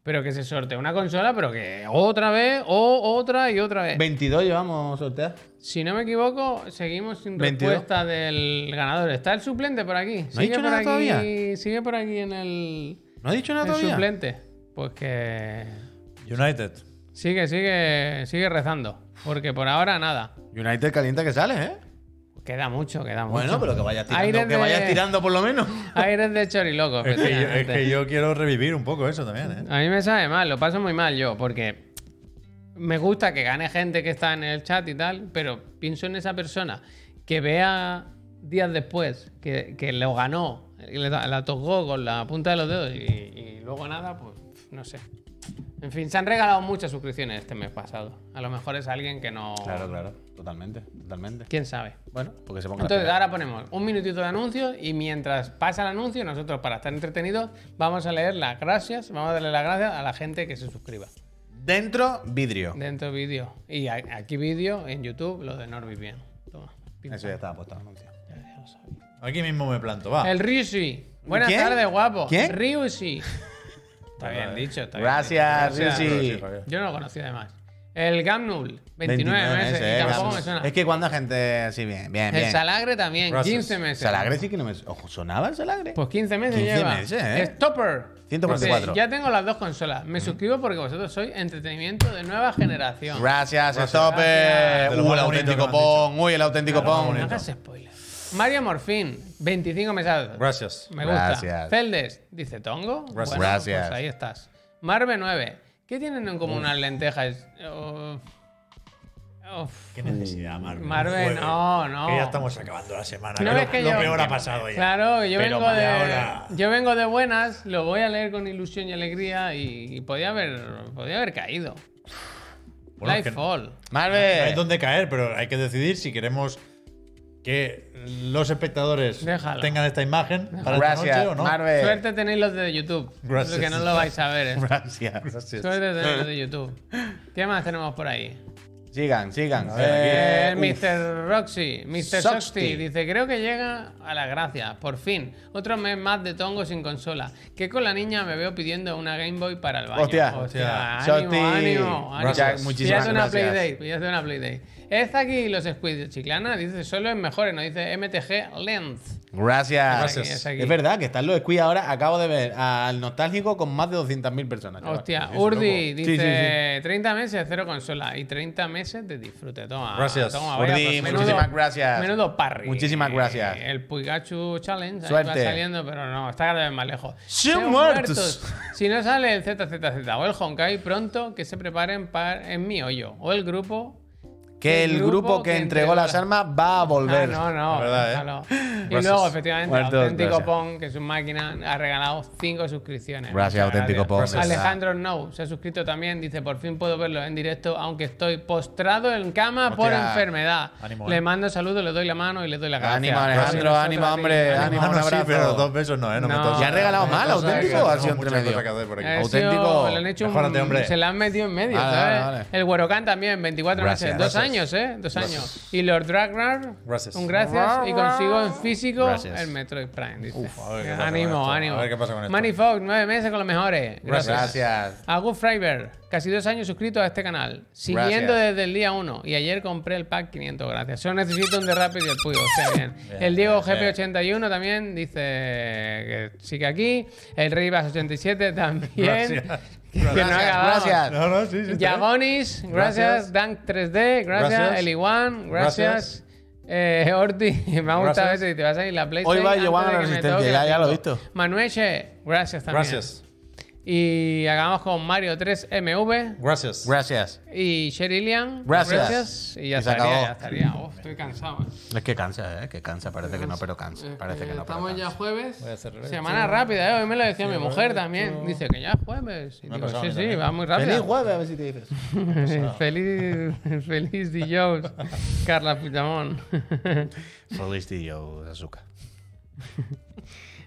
S2: pero que se sortea una consola, pero que otra vez, o otra y otra vez.
S4: 22 llevamos sortear.
S2: Si no me equivoco, seguimos sin
S7: 22.
S2: respuesta del ganador. Está el suplente por aquí.
S7: ha dicho
S2: por
S7: nada
S2: aquí,
S7: todavía?
S2: Sigue por aquí en el,
S7: ¿No ha dicho nada
S2: el
S7: todavía?
S2: suplente. Pues que
S3: United.
S2: sigue, sigue, sigue rezando. Porque por ahora nada.
S7: United calienta que sale, ¿eh?
S2: Queda mucho, queda mucho.
S7: Bueno, pero que vayas tirando,
S2: Aires
S7: que
S2: de-
S7: vayas tirando por lo menos.
S2: Aires de choriloco.
S3: Es que, yo, es
S2: efectivamente.
S3: que yo quiero revivir un poco eso también, ¿eh?
S2: A mí me sabe mal, lo paso muy mal yo, porque me gusta que gane gente que está en el chat y tal, pero pienso en esa persona que vea días después que, que lo ganó, le da- la tocó con la punta de los dedos y, y luego nada, pues no sé. En fin, se han regalado muchas suscripciones este mes pasado. A lo mejor es alguien que no...
S7: Claro, claro. Totalmente, totalmente.
S2: ¿Quién sabe?
S7: Bueno, porque se ponga
S2: Entonces
S7: la
S2: ahora ponemos un minutito de anuncios y mientras pasa el anuncio, nosotros para estar entretenidos vamos a leer las gracias, vamos a darle las gracias a la gente que se suscriba.
S7: Dentro, vidrio.
S2: Dentro vídeo. Y a- aquí vídeo en YouTube, lo de NordVPN. Toma. pinta.
S7: Eso ya estaba puesto en el anuncio.
S2: Ya lo sabía.
S3: Aquí mismo me planto, va.
S2: Ah. El Ryushi. Buenas
S7: ¿Quién?
S2: tardes, guapo.
S7: ¿Quién? eh,
S2: Ryushi. está bien dicho. Está bien
S4: Gracias,
S2: dicho. Gracias.
S4: Ryushi.
S2: Yo no lo conocí además. El Gamnul, 29,
S7: 29
S2: meses. y
S7: eh,
S2: tampoco
S7: Gamnul.
S2: me suena.
S7: Es que cuando hay gente así, bien, bien,
S2: el
S7: bien.
S2: Salagre también,
S3: Gracias.
S2: 15 meses.
S7: Salagre sí que no me. Ojo, sonaba el Salagre.
S2: Pues 15 meses
S7: 15
S2: lleva.
S7: meses, ¿eh?
S2: Stopper.
S7: 144.
S2: Dice, ya tengo las dos consolas.
S7: Mm.
S2: Me suscribo porque vosotros sois entretenimiento de nueva generación.
S7: Gracias,
S2: Gracias.
S7: Stopper.
S3: De lo
S7: Uy,
S3: más
S7: el
S3: bonito
S7: auténtico
S3: que nos
S7: Pong. Uy, el auténtico
S2: Claro,
S7: Pong.
S2: No hagas spoiler. Mario Morfín, 25 mesados.
S3: Gracias.
S2: Me gusta.
S7: Gracias.
S2: Celdes, dice Tongo.
S3: Gracias.
S2: Bueno,
S7: Gracias.
S2: Pues ahí estás. Marve 9. ¿Qué tienen en común las lentejas? Uf. Uf.
S3: Qué necesidad, Marvel.
S2: Marvel, no, no.
S3: Que ya estamos acabando la semana.
S2: ¿No
S3: que
S2: ves
S3: lo,
S2: que
S3: lo
S2: yo-
S3: peor ha pasado ya.
S2: Claro, yo
S3: Pero
S2: vengo de,
S3: ahora-
S2: yo vengo de buenas, lo voy a leer con ilusión y alegría y, y podía haber, podía haber caído.
S3: Bueno, es que-
S2: Lightfall.
S3: No hay
S7: Marvel.
S3: dónde caer, pero hay que decidir si queremos que los espectadores
S2: Déjalo.
S3: tengan esta imagen para esta noche o
S7: Gracias,
S3: no.
S4: Eh.
S7: Marvel.
S2: Suerte tenéis los de YouTube,
S3: Gracias.
S2: que no lo vais a ver. ¿eh?
S7: Gracias.
S2: Suerte tenéis los de YouTube. ¿Qué más tenemos por ahí?
S7: Sigan, sigan.
S3: ver, aquí.
S2: Eh,
S7: Eh,
S2: el Mr. Roxy, Mr.
S7: Soxty.
S2: Soxty, dice, creo que llega a la gracia, por fin. Otro mes más de tongo sin consola. Que con la niña me veo pidiendo una Game Boy para el baño.
S7: Hostia.
S2: ánimo,
S7: Soxty.
S2: ánimo, ánimo.
S7: Gracias,
S2: Píllate
S7: muchísimas
S2: una
S7: gracias.
S2: Playdate, píllate una Playdate. Es aquí y los squids de Chiclana, dice, solo es mejores, no dice MTG Lens.
S7: Gracias.
S2: Aquí, es aquí.
S4: Es verdad que están los squeeze ahora. Acabo de ver al nostálgico con más de 200.000 personas. chaval.
S2: Hostia,
S4: Sí, sí,
S2: Urdi
S4: loco.
S2: dice 30 meses, cero consola y 30 meses de disfrute. Toma,
S3: Gracias,
S2: toma,
S7: Urdi,
S2: vaya, pues,
S7: muchísimas gracias.
S2: Menudo parry.
S7: Muchísimas gracias.
S2: Eh, El Puikachu Challenge ahí va
S7: Suerte.
S2: saliendo, pero no, está cada vez más lejos.
S7: Sean
S2: Sean
S7: muertos.
S2: Si no sale el ZZZ o el Honkai pronto, que se preparen para en mi hoyo o el grupo.
S7: Que el grupo que entregó las armas va a
S2: Ah,
S7: volver.
S2: no, no,
S3: La verdad, ¿eh?
S2: déjalo. Y
S3: Gracias.
S2: luego, efectivamente,
S7: Muertos,
S2: Auténtico
S7: gracias.
S2: Pong, que es una máquina, ha regalado 5 suscripciones.
S7: Gracias,
S2: Muchas
S7: Auténtico Pong,
S2: gracias.
S7: de verdad.
S2: Alejandro No se ha suscrito también. Dice: Por fin puedo verlo en directo, aunque estoy postrado en cama por
S7: Hostia.
S2: enfermedad.
S3: Ánimo,
S2: le
S3: eh.
S2: mando saludos, le doy la mano y le doy la gracias.
S7: Ánimo, Alejandro,
S2: Gracias.
S7: ánimo,
S2: Nosotros a ti.
S7: hombre,
S3: Ah,
S7: ánimo,
S3: no,
S7: un
S3: sí,
S7: abrazo.
S3: pero los dos besos no, ¿eh? No, me
S2: No. Eh,
S3: toques.
S7: ¿Ya ha regalado mal,
S3: Cosa que
S7: auténtico?
S3: tengo
S7: Ha sido
S3: muchas
S7: entre medio.
S3: cosas que hacer por aquí.
S2: Ha sido-
S7: Auténtico.
S2: le han hecho un-
S3: Mejórate, hombre.
S2: se la han metido en medio,
S7: Vale,
S2: ¿sabes?
S7: vale, vale.
S2: El Huerocán también, 24
S7: Gracias.
S2: meses. Dos
S7: Gracias.
S2: años, ¿eh? Dos años. Y Lord Dragnar,
S3: Gracias.
S2: un gracias. Y consigo en físico
S7: Gracias.
S2: el Metroid Prime, dice.
S3: a ver qué pasa con
S2: ánimo,
S3: esto.
S2: ánimo.
S3: A ver qué pasa con esto.
S2: Manny Fox, nueve meses con los mejores. Gracias.
S7: Gracias.
S2: Agus Freiber, casi dos años suscrito a este canal, siguiendo
S7: Gracias.
S2: desde el día 1 y ayer compré el pack 500, gracias. Solo necesito un de rápido y el puyo, o sea, bien. El Diego GP81 también dice que sigue aquí. El Rivas87 también.
S3: Gracias.
S2: Que no
S7: Gracias,
S2: acabamos.
S7: gracias.
S3: No, no, sí, sí. está bien.
S2: Yagonis, gracias.
S3: Gracias.
S2: Dank3D, gracias.
S3: Gracias.
S2: Eliwan, gracias.
S3: Gracias.
S2: Eh, Orti, me ha gustado
S3: Gracias.
S2: eso y te vas a ir la Play
S4: Hoy
S2: 6
S4: va
S2: antes
S4: Giovanna
S2: de
S4: la
S2: que me
S4: Resistencia,
S2: toque
S4: ya-
S2: la
S4: ya lo he
S2: 5.
S4: visto.
S2: Manueche, gracias también.
S3: Gracias.
S2: Y acabamos con Mario 3MV
S3: Gracias.
S4: Gracias.
S2: y Sherilian.
S4: Gracias.
S2: Y ya
S4: Y se
S2: estaría,
S4: acabó.
S2: ya estaría. Uf, estoy cansado. eh.
S4: Es que cansa, ¿eh? Que cansa. Parece que no, pero cansa.
S2: Es que Eh, Estamos ya jueves.
S3: Voy a cerrar
S2: Semana rápida, ¿eh? Hoy me lo decía mi mujer también. Dice que ya es jueves. Y
S3: Me ha
S2: digo,
S3: pasado ¿eh? a
S2: sí,
S3: mí
S2: sí,
S3: también.
S2: va muy rápido.
S4: Feliz jueves, a ver si te dices.
S2: feliz, feliz D. Jones, Carla Puigdemont.
S4: Feliz tío, azúcar.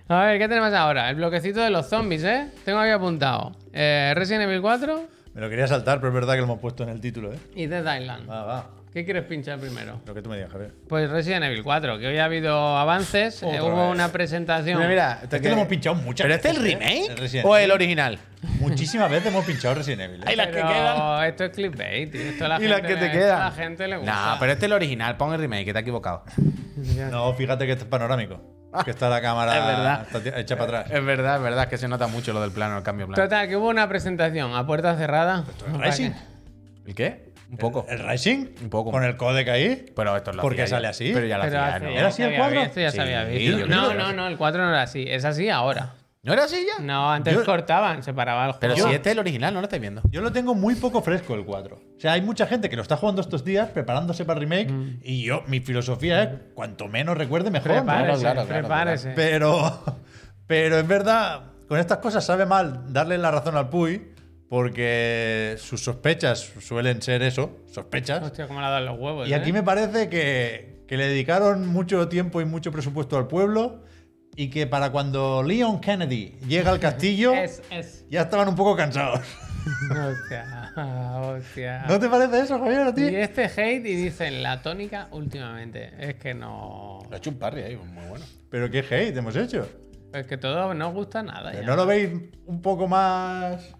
S2: A ver, ¿qué tenemos ahora? El bloquecito de los zombies, ¿eh? Tengo aquí apuntado. Eh, Resident Evil 4
S3: Me lo quería saltar, pero es verdad que lo hemos puesto en el título, ¿eh?
S2: y Dead Island.
S3: Va, va.
S2: ¿Qué quieres pinchar primero?
S3: Lo que tú me digas, Javier.
S2: Pues Resident Evil 4, que hoy ha habido avances. eh,
S3: Otra
S2: hubo
S3: vez.
S2: una presentación.
S4: Mira, mira.
S3: Es que Este lo hemos pinchado muchas
S4: Este ¿Pero este es el
S3: veces, ¿eh?
S4: remake?
S3: Resident
S4: ¿O
S3: Evil.
S4: el original?
S3: Muchísimas veces hemos pinchado Resident Evil. ¿eh?
S4: Ay, las que
S2: Pero
S4: quedan.
S2: Esto es clickbait, tío. Esto a la
S4: Y las
S2: gente
S4: que te
S2: le- esto
S4: quedan.
S2: A la gente le gusta.
S4: No, pero este es el original. Pon el remake, que te has equivocado.
S3: No, fíjate que este es panorámico. Que está la cámara
S4: Ah, Es verdad.
S3: está hecha para atrás.
S4: Es verdad, es verdad. Es que se nota mucho lo del plano, el cambio de plano.
S2: Total, que hubo una presentación a puerta cerrada.
S3: Rising.
S4: ¿El qué? Un poco.
S3: ¿El Rising?
S4: Un poco.
S3: Con el codec ahí.
S4: Pero esto lo
S3: ¿Por qué
S4: hacía ya.
S3: sale así?
S4: Pero ya lo
S2: Pero
S4: hacía,
S2: hace-
S4: ¿no?
S2: ya
S3: ¿Era
S2: se
S3: así el
S2: había
S3: cuadro?
S2: visto, ya se
S4: Sí,
S2: había visto.
S4: yo creo
S2: No,
S4: que
S2: no,
S4: era
S2: no, el 4 no era así. Es así ahora.
S4: ¿No era así ya?
S2: No, antes
S3: Yo-
S2: cortaban, se paraba el juego.
S4: Pero si este es el original, no lo estáis viendo.
S3: Yo lo tengo muy poco fresco el 4. O sea, hay mucha gente que lo está jugando estos días preparándose para remake
S2: Mm.
S3: y yo, mi filosofía es cuanto menos recuerde mejor. ¿no?
S4: Claro,
S2: Prepárese,
S4: claro, claro,
S2: prepárese.
S3: Pero, pero es verdad, con estas cosas sabe mal darle la razón al Puy porque sus sospechas suelen ser eso, sospechas.
S2: Hostia, cómo le ha dado los huevos.
S3: Y aquí
S2: ¿eh?
S3: me parece que, que le dedicaron mucho tiempo y mucho presupuesto al pueblo y que para cuando Leon Kennedy llega al castillo
S2: Es, es.
S3: ya estaban un poco cansados.
S2: Hostia, hostia.
S3: ¿No te parece eso, Javier, a ti?
S2: Y este hate y dicen la tónica últimamente. Es que no.
S7: Lo ha hecho un parry ahí, muy bueno.
S3: Pero qué hate hemos hecho.
S2: Es que todo no gusta nada.
S3: Pero
S2: ya.
S3: ¿No lo veis un poco más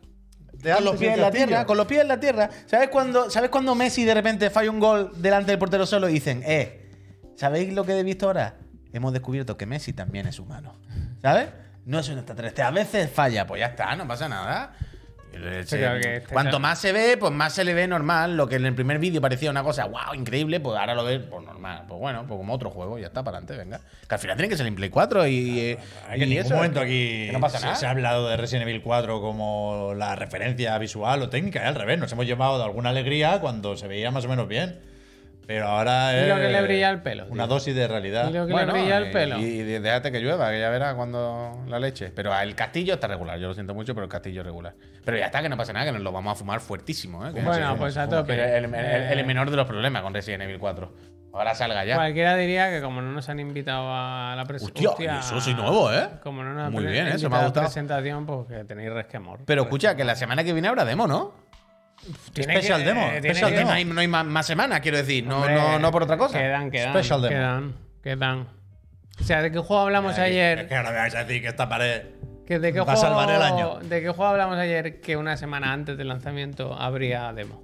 S3: de
S4: Con los
S3: antes del
S4: pies en la
S3: castillo?
S4: tierra, con los pies en la tierra. ¿Sabes cuando, ¿Sabes cuando Messi de repente falla un gol delante del portero solo y dicen, eh, ¿sabéis lo que he visto ahora? Hemos descubierto que Messi también es humano. ¿Sabes? No es un extraterrestre. A veces falla, pues ya está, no pasa nada.
S2: Yo creo que este-
S4: Cuanto más se ve, pues más se le ve normal. Lo que en el primer vídeo parecía una cosa, wow, increíble, pues ahora lo ves pues normal. Pues bueno, pues como otro juego, ya está, para adelante, venga. Que al final tiene que ser en Play 4 y, eh,
S3: Hay que en
S4: y
S3: ningún
S4: eso.
S3: momento aquí
S4: que no pasa
S3: se-
S4: nada.
S3: Se, ha hablado de Resident Evil 4 como la referencia visual o técnica, ¿eh? al revés, nos hemos llevado de alguna alegría cuando se veía más o menos bien. Pero ahora
S2: Y
S3: es
S2: lo que le brilla el pelo,
S3: Una
S2: tío.
S3: dosis de realidad.
S2: Y lo que le brilla el
S7: y-
S2: pelo.
S7: eh, Y, déjate que llueva, que ya verás cuando la leche. Pero el castillo está regular, yo lo siento mucho, pero el castillo es regular. Pero ya está, que no pasa nada, que nos lo vamos a fumar fuertísimo. ¿eh? Que-
S2: Bueno, pues a
S7: que
S2: tope. Eh.
S7: el, el- el- el menor de los problemas con Resident Evil 4. Ahora salga ya.
S2: Cualquiera diría que como no nos han invitado a la presentación.
S7: Hostia, eso sí nuevo, ¿eh?
S2: Como no nos han
S7: Muy
S2: pre-
S7: bien, eso me
S2: invitado a
S7: ha
S2: la
S7: gustado.
S2: presentación, pues que tenéis resquemor.
S4: Pero escucha, que la semana que viene habrá demo, ¿no?
S2: pues, Tiene
S3: Special demo,
S2: eh, tiene
S3: special
S2: que-
S4: Que no hay, no hay más, más semanas, quiero decir. No,
S2: Hombre,
S4: no, no por otra cosa.
S2: Quedan, quedan.
S3: Special demo.
S2: Quedan, quedan. O sea, ¿de qué juego hablamos ayer?
S3: Es que ahora me vais a decir que esta pared.
S2: Que ¿De qué
S3: Va a
S2: juego,
S3: salvar el año.
S2: ¿De qué juego hablamos ayer que una semana antes del lanzamiento habría demo?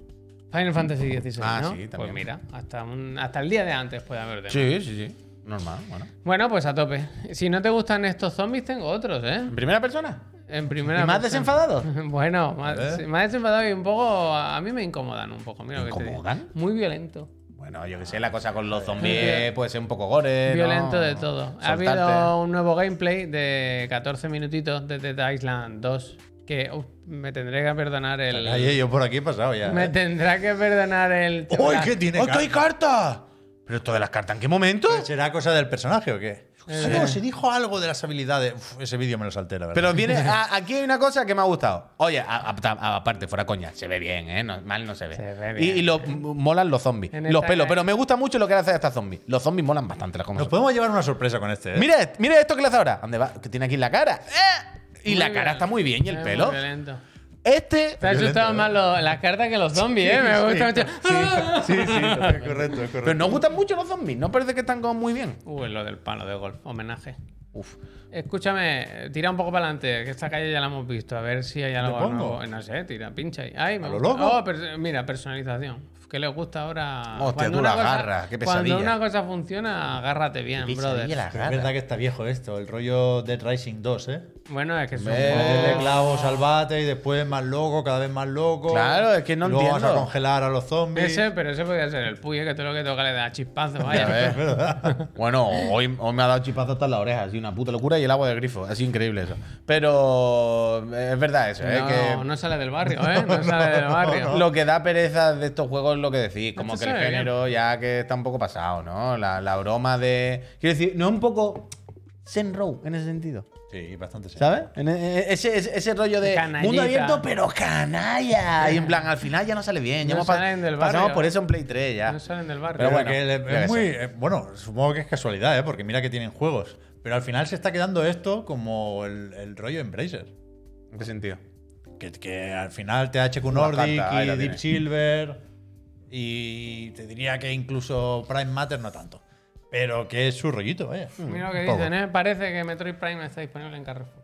S2: Final Fantasy XVI,
S7: Ah,
S2: ¿no?
S7: sí, también.
S2: Pues mira, hasta, un- hasta el día de antes puede haber demo.
S7: Sí, sí, sí. Normal, bueno.
S2: Bueno, pues a tope. Si no te gustan estos zombies, tengo otros, ¿eh?
S7: ¿En primera persona?
S2: En
S4: ¿Y
S2: primera
S4: más
S2: persona.
S4: desenfadado?
S2: Bueno, más, sí, más desenfadado y un poco. A mí me incomodan un poco. Mira lo que te digo.
S4: ¿Incomodan?
S2: Muy violento.
S7: Bueno, yo que sé, la cosa con los
S2: Viol-
S7: zombies puede ser un poco gore.
S4: Eh,
S7: ¿no?
S2: Violento de todo. Ha
S7: Soltarte.
S2: habido un nuevo gameplay de 14 minutitos de Dead Island 2. Que uf, me tendré que perdonar el.
S3: Oye, eh, yo por aquí he pasado ya.
S2: Me
S3: ¿eh?
S2: tendrá que perdonar el.
S3: ¡Uy, qué tiene!
S7: ¡Oh,
S4: ¡Ay, que hay
S3: cara!
S4: cartas! Pero esto de las cartas, ¿en qué momento?
S3: ¿Será cosa del personaje o qué?
S2: Eh.
S3: Ah, no, se dijo algo de las habilidades. Uf, ese vídeo me lo salté, la verdad.
S4: Pero viene. a- aquí hay una cosa que me ha gustado.
S7: Oye, a- a- a- aparte, fuera coña, se ve bien, ¿eh? No- mal no se ve.
S2: Se ve
S7: Y-
S2: bien.
S7: Y, lo- molan los zombies.
S2: En
S7: Los
S2: esta-
S7: pelos. Pero me gusta mucho lo que hace esta zombie. Los zombies molan bastante. Las
S3: Nos podemos llevar una sorpresa con este, ¿eh?
S7: mira, est- mira esto que le hace ahora. ¿Dónde va? Que tiene aquí la cara. ¡Eh! Y
S2: Muy
S7: la
S2: bien.
S7: cara está muy bien. Y el
S2: Es
S7: pelo.
S2: muy violento.
S7: Este.
S2: Te ha asustado más lo- las cartas que los zombies, ¿eh? Me gusta mucho. Ah.
S3: Sí, sí, es correcto, es correcto.
S7: Pero nos gustan mucho los zombies. No parece que están como muy bien.
S2: Uy, lo del palo de golf. Homenaje.
S7: Uf.
S2: Escúchame, tira un poco para adelante, que esta calle ya la hemos visto. A ver si hay algo
S3: pongo?
S2: nuevo. No sé, tira, pincha ahí. Ay, me
S3: ¿A lo
S2: gusta.
S3: loco?
S2: Oh, per- mira, personalización. Uf, ¿Qué les gusta ahora?
S7: Hostia, tú la agarras, qué pesadilla.
S2: Cuando una cosa funciona, agárrate bien, brother.
S4: Pesadilla la
S3: Pero es
S4: gata.
S3: verdad que está viejo esto, el rollo Dead Rising 2, ¿eh?
S2: Bueno, es que son...
S3: Meterle clavos al bate y después más loco, cada vez más loco.
S4: Claro, es que no
S3: Luego vas a
S4: entiendo.
S3: congelar a los zombies.
S2: Ese, pero ese podría ser el puy, eh, que todo lo que toca le da chispazo,
S7: Ya ves.
S2: vaya.
S7: bueno, hoy, hoy me ha dado chipazo hasta la oreja, así una puta locura y el agua del grifo, así increíble eso. Pero eh, es verdad eso, ¿eh?
S2: no,
S7: que
S2: no sale del barrio, ¿eh? No sale del barrio.
S7: lo que da pereza de estos juegos es lo que decís, como
S2: Esto
S7: que el
S2: se ve bien.
S7: género ya que está un poco pasado, ¿no? La, la broma de... Quiero decir, no es un poco Zen Row en ese sentido.
S3: Sí, bastante sí.
S7: ¿Sabes? En e- ese, ese- ese rollo de
S2: Canallita.
S7: mundo abierto, pero canalla. Y en plan, al final ya no sale bien. Ya
S2: No
S7: hemos pas-
S2: salen del
S7: pasamos
S2: barrio.
S7: por eso en Play 3 ya.
S2: No salen del barrio.
S3: Pero
S7: bueno,
S3: bueno, que
S7: yo qué
S3: es muy, eh, bueno, supongo que es casualidad, ¿eh? porque mira que tienen juegos. Pero al final se está quedando esto como el, el rollo Embracer.
S7: ¿En qué sentido?
S3: Que, que al final THQ Nordic
S7: carta, ahí
S3: y
S7: la
S3: Deep
S7: tienes.
S3: Silver y te diría que incluso Prime Matter no tanto. Pero que es su rollito, vaya.
S2: Mira lo que
S3: Un poco.
S2: dicen, ¿eh? Parece que Metroid Prime está disponible en Carrefour.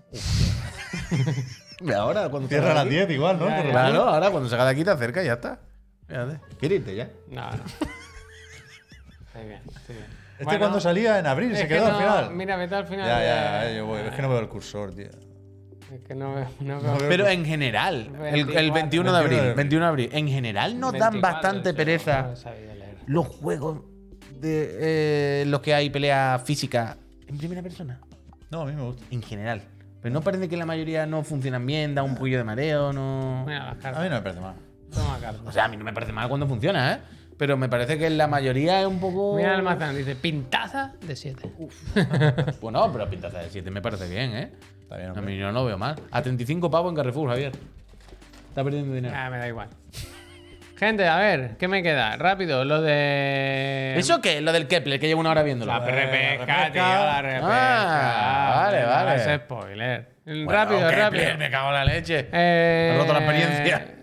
S7: Ahora, cuando
S3: Cierra a las 10 igual, ¿no?
S2: ¿eh? Ya,
S3: Por lo
S2: ya.
S7: Claro, ahora cuando salga de aquí te acerca y ya está. Fíjate. ¿Quieres irte ya?
S2: No, no. Estoy bien, estoy bien.
S3: Este
S2: Bueno,
S3: cuando salía en abril,
S2: es
S3: se
S2: que
S3: quedó
S2: no-
S3: al final.
S2: Mira, vete al final.
S3: ya,
S2: de-
S3: ya, ya, yo voy. Es que no veo el cursor, tío.
S2: Es que no veo. No veo.
S3: veo.
S4: Pero en general, el, el 21
S2: 24,
S4: de
S3: 21 de
S4: abril,
S3: abril.
S4: 21 de abril, en general nos dan
S2: 24,
S4: bastante
S2: yo
S4: pereza
S2: no he sabido leer.
S4: los juegos de eh, los que hay pelea física en primera persona,
S3: No, a mí me gusta.
S4: en general. Pero no parece que la mayoría no funcionan bien, da un puño de mareo, no.
S2: Mira, las
S3: A mí
S2: cartas.
S3: no me parece mal.
S2: Toma cartas.
S4: O sea, a mí no me parece mal cuando funciona, ¿eh? Pero me parece que la mayoría es un poco.
S2: Mira el mazán, dice pintaza de 7.
S3: Uh.
S4: Bueno, pero pintaza de 7 me parece bien, ¿eh?
S3: Está bien,
S4: A
S3: hombre.
S4: mí yo no lo veo mal. A 35 pavos en Carrefour, Javier. Está perdiendo dinero.
S2: Ah, me da igual. Gente, a ver, ¿qué me queda? Rápido, lo de.
S4: ¿Eso qué? Lo del Kepler, que llevo una hora viéndolo.
S2: La repesca,
S3: repesca.
S2: tío, la repesca.
S4: Ah, vale,
S2: Venga,
S4: vale.
S2: ese spoiler.
S4: Bueno,
S2: rápido,
S4: Kepler,
S2: rápido.
S4: Me cago en la leche.
S2: Eh,
S4: Has roto la experiencia.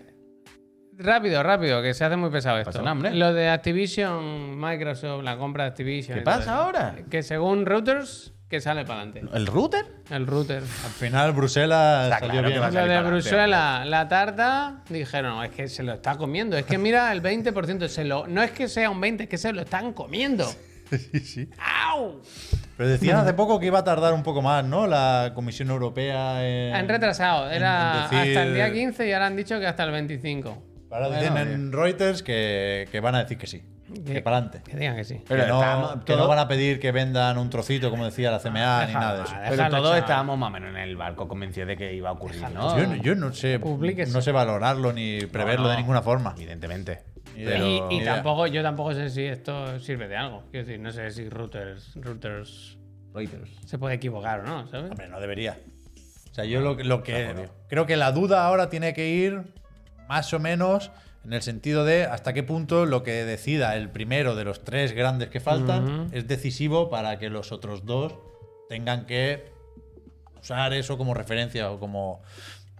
S2: Rápido, rápido, que se hace muy pesado esto.
S4: Pasa nada, hombre.
S2: Lo de Activision, Microsoft, la compra de Activision.
S4: ¿Qué
S2: y todo
S4: pasa
S2: eso.
S4: ahora?
S2: Que según Reuters, que sale para adelante.
S4: ¿El router?
S2: El router.
S3: Al final, Bruselas
S7: Está
S3: salió
S7: claro que
S3: bien.
S7: va a
S2: Lo
S7: salir
S2: de
S7: para
S2: Bruselas, la tarta, dijeron, es que se lo está comiendo. Es que mira, el 20%, se lo, no es que sea un 20, es que se lo están comiendo.
S3: Sí, sí.
S2: ¡Au!
S3: Pero decían hace poco que iba a tardar un poco más, ¿no? La Comisión Europea en.
S2: Han retrasado,
S3: en
S2: era
S3: decir-
S2: hasta el día 15 y ahora han dicho que hasta el 25.
S3: Ahora
S4: Bueno,
S3: dicen en Reuters que, que van a decir que sí. Que para adelante.
S2: Que digan que sí.
S4: Pero
S3: que, no,
S4: estamos-
S3: que no
S4: todo-
S3: van a pedir que vendan un trocito, como decía la CMA, ni nada de eso.
S2: Déjalo,
S4: Pero todos
S2: chaval.
S4: estábamos más o menos en el barco convencidos de que iba a ocurrir, ¿no?
S3: Yo, yo no sé.
S2: Publíquese.
S3: No sé valorarlo ni preverlo
S7: no.
S3: de ninguna forma.
S7: Evidentemente.
S3: Pero-
S2: y y
S3: Ni idea.
S2: tampoco, yo tampoco sé si esto sirve de algo. Quiero decir, no sé si routers, routers
S7: Reuters.
S2: se puede equivocar o no, ¿sabes?
S3: Hombre, no debería. ¿eh? O sea, yo lo, lo que. creo que la duda ahora tiene que ir más o menos en el sentido de hasta qué punto lo que decida el primero de los tres grandes que faltan es decisivo para que los otros dos tengan que usar eso como referencia o como,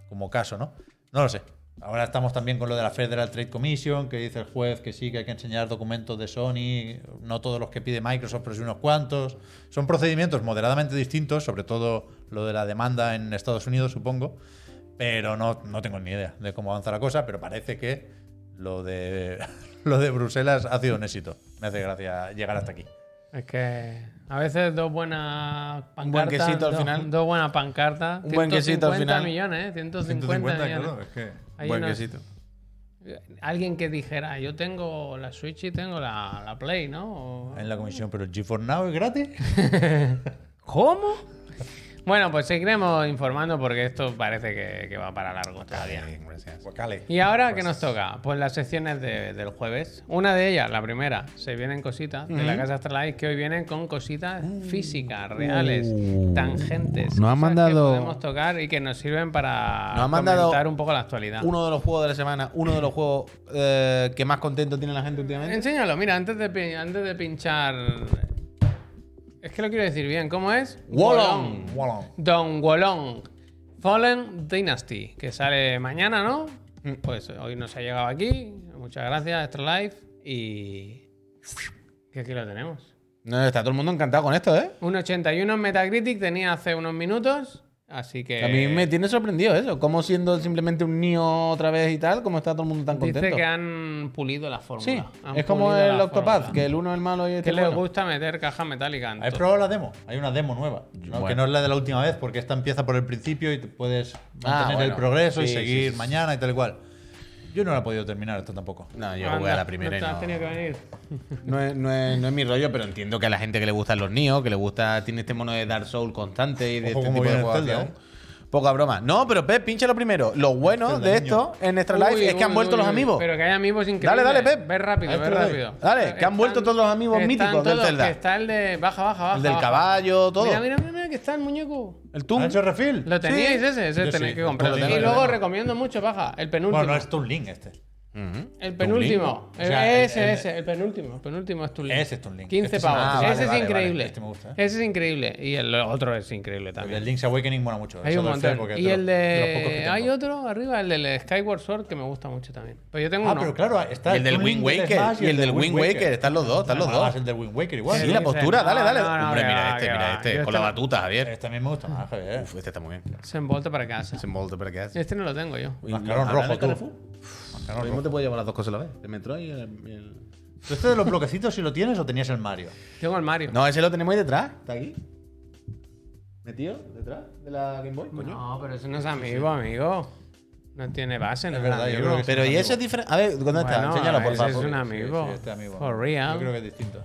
S3: como caso, ¿no? No lo sé. Ahora estamos también con lo de la Federal Trade Commission, que dice el juez que sí, que hay que enseñar documentos de Sony, no todos los que pide Microsoft, pero sí unos cuantos. Son procedimientos moderadamente distintos, sobre todo lo de la demanda en Estados Unidos, supongo, pero no, no tengo ni idea de cómo avanza la cosa, pero parece que lo de, lo de Bruselas ha sido un éxito. Me hace gracia llegar hasta aquí.
S2: Es que a veces dos buenas pancartas.
S4: buen quesito al
S2: dos-
S4: final.
S2: Dos buenas pancartas.
S4: Un buen quesito al
S2: 150
S4: final.
S2: millones, ¿eh? 150, millones.
S3: es que...
S2: Hay
S7: Buen
S2: una-
S7: quesito.
S2: Alguien que dijera, yo tengo la Switch y tengo la, la Play, ¿no? O-
S3: En la comisión, pero el GeForce Now es gratis.
S2: ¿Cómo? Bueno, pues seguiremos informando porque esto parece que, que va para largo todavía.
S3: Pues cale.
S2: Y ahora, ¿qué nos toca? Pues las secciones de- del jueves. Una de ellas, la primera, se vienen cositas de la Casa Astralife que hoy vienen con cositas físicas, reales,
S7: Nos
S2: tangentes.
S7: han
S2: cosas
S7: mandado-
S2: Que podemos tocar y que nos sirven para
S4: Nos han mandado
S2: comentar un poco la actualidad.
S4: Uno de los juegos de la semana, uno de los juegos eh, que más contento tiene la gente últimamente.
S2: Enséñalo, mira, antes de, pin- antes de pinchar. Es que lo quiero decir bien, ¿cómo es?
S4: Wolong.
S3: Voilà.
S2: Don Wolong. Fallen Dynasty, que sale mañana, ¿no?
S4: Mm.
S2: Pues hoy nos ha llegado aquí. Muchas gracias, Extra Life. Y. Que aquí lo tenemos.
S4: No, está todo el mundo encantado con esto, ¿eh?
S2: Un 81 en Metacritic tenía hace unos minutos, así que...
S4: A mí me tiene sorprendido eso. Como siendo simplemente un niño otra vez y tal, como está todo el mundo tan contento.
S2: Dice que han pulido la
S4: Sí,
S2: fórmula. Han
S4: es como
S2: pulido
S4: el
S2: la
S4: Octopath,
S2: fórmula.
S4: que el uno es el malo y este
S2: Que
S4: es
S2: les
S4: bueno.
S2: gusta meter caja metálica en
S3: ¿Has
S2: todo.
S3: probado la demo? Hay una demo nueva, ¿no?
S4: Bueno.
S3: que no es la de la última vez, porque esta empieza por el principio y te puedes mantener
S4: Ah, bueno.
S3: el progreso y
S4: Sí, sí,
S3: seguir
S4: sí, sí.
S3: mañana y tal y cual. Yo no la he podido terminar esto tampoco.
S4: No, yo
S2: Anda,
S4: jugué a la primera y
S2: Ah, no te has
S4: no-
S2: tenido que venir.
S4: No es, no, es, no es mi rollo, pero entiendo que a la gente que le gustan los Nioh, que le gusta, tiene este mono de Dark Souls constante y de
S3: Ojo
S4: este tipo
S3: cómo
S4: de
S3: viene el Zelda,
S4: jugación. Poca broma. No, pero Pep, pincha lo primero. Lo bueno
S3: Zelda,
S4: de
S3: niño.
S4: esto en Extra Life
S2: Uy,
S4: es que han
S2: uy,
S4: vuelto
S2: uy,
S4: los
S2: uy.
S4: amigos.
S2: Pero que hay amigos
S4: Dale,
S2: increíbles.
S4: dale, Pep.
S2: Ve rápido, ve
S4: Extra Life.
S2: rápido.
S4: Dale, que han
S2: Están-
S4: vueltos todos los amigos
S2: están
S4: míticos del
S2: todos,
S4: Zelda.
S2: que Está el de... Baja, baja, baja.
S4: El del
S2: baja.
S4: caballo, todo.
S2: ah, Mira, mira, mira, mira, que está el muñeco.
S4: El
S3: ¿Has
S4: Toon.
S3: hecho refill?
S2: Lo teníais ese, ese
S3: Yo
S2: tenéis
S3: sí,
S2: que
S3: lo
S2: comprarlo.
S3: tengo,
S2: Y
S3: lo
S2: luego
S3: tengo.
S2: recomiendo mucho, baja, el penúltimo.
S3: Bueno, no es Toon Link este.
S4: Ujú.
S2: El
S4: Toon
S2: penúltimo. E-,
S3: O sea,
S2: ese,
S3: el- el-
S2: ese, el penúltimo. El penúltimo es tu link.
S3: Ese es tu link.
S2: 15
S3: Este es-
S2: pavos.
S3: ah,
S2: ese
S3: vale,
S2: es
S3: vale,
S2: increíble.
S3: vale. Este me gusta, ¿eh?
S2: Ese es increíble. Y el otro es increíble
S3: El de
S2: también.
S3: Link's Awakening mola mucho.
S2: Hay
S3: Eso
S2: un
S3: lo sé
S2: montón.
S3: porque es
S2: Y el
S3: los- los pocos que
S2: de.
S3: tengo.
S2: Hay otro arriba, el del Skyward Sword, que me gusta mucho también. Pero yo tengo
S3: Ah,
S2: uno.
S3: pero claro, está
S4: Y el del
S3: Toon Link
S4: Wind Waker,
S3: Smash
S4: y el del Wind Waker. Están los dos, están los
S3: Ah,
S4: dos.
S3: es el del Wind Waker igual. ¿eh?
S4: Sí,
S2: Sí,
S4: la
S2: sí,
S4: postura,
S2: no,
S4: dale, dale.
S2: no, no,
S4: Hombre,
S2: que
S4: mira
S2: va,
S4: este,
S2: que
S4: mira
S2: va.
S4: este.
S2: Yo
S4: Con la
S2: estaba-
S4: batuta, Javier.
S3: Este a mí me gusta más, Javier.
S4: Uf, este está muy bien.
S2: Se envolta para casa.
S4: Se envuelve para que hace.
S2: Este no lo tengo yo.
S3: Mascarón
S4: Hablando
S3: rojo,
S4: de
S3: tú.
S4: Lo mismo te puede llevar las dos cosas a la vez. El Metroid y el- el...
S3: ¿Tú este de los bloquecitos si lo tienes o tenías el Mario?
S2: Tengo el Mario.
S4: No, ese lo tenemos ahí detrás. ¿Está aquí? ¿Metido? ¿Detrás? ¿De la Game Boy? Coño.
S2: No, pero ese no es amigo, amigo. No tiene base, no es,
S3: verdad, yo
S2: amigo.
S3: creo que sí.
S4: Pero ¿y ese es diferente? A ver, ¿dónde está?
S2: Bueno,
S4: Enséñalo, por
S2: ese
S4: favor.
S2: es un amigo.
S3: Sí, este amigo.
S2: For
S3: Yo creo
S2: real.
S3: que es distinto.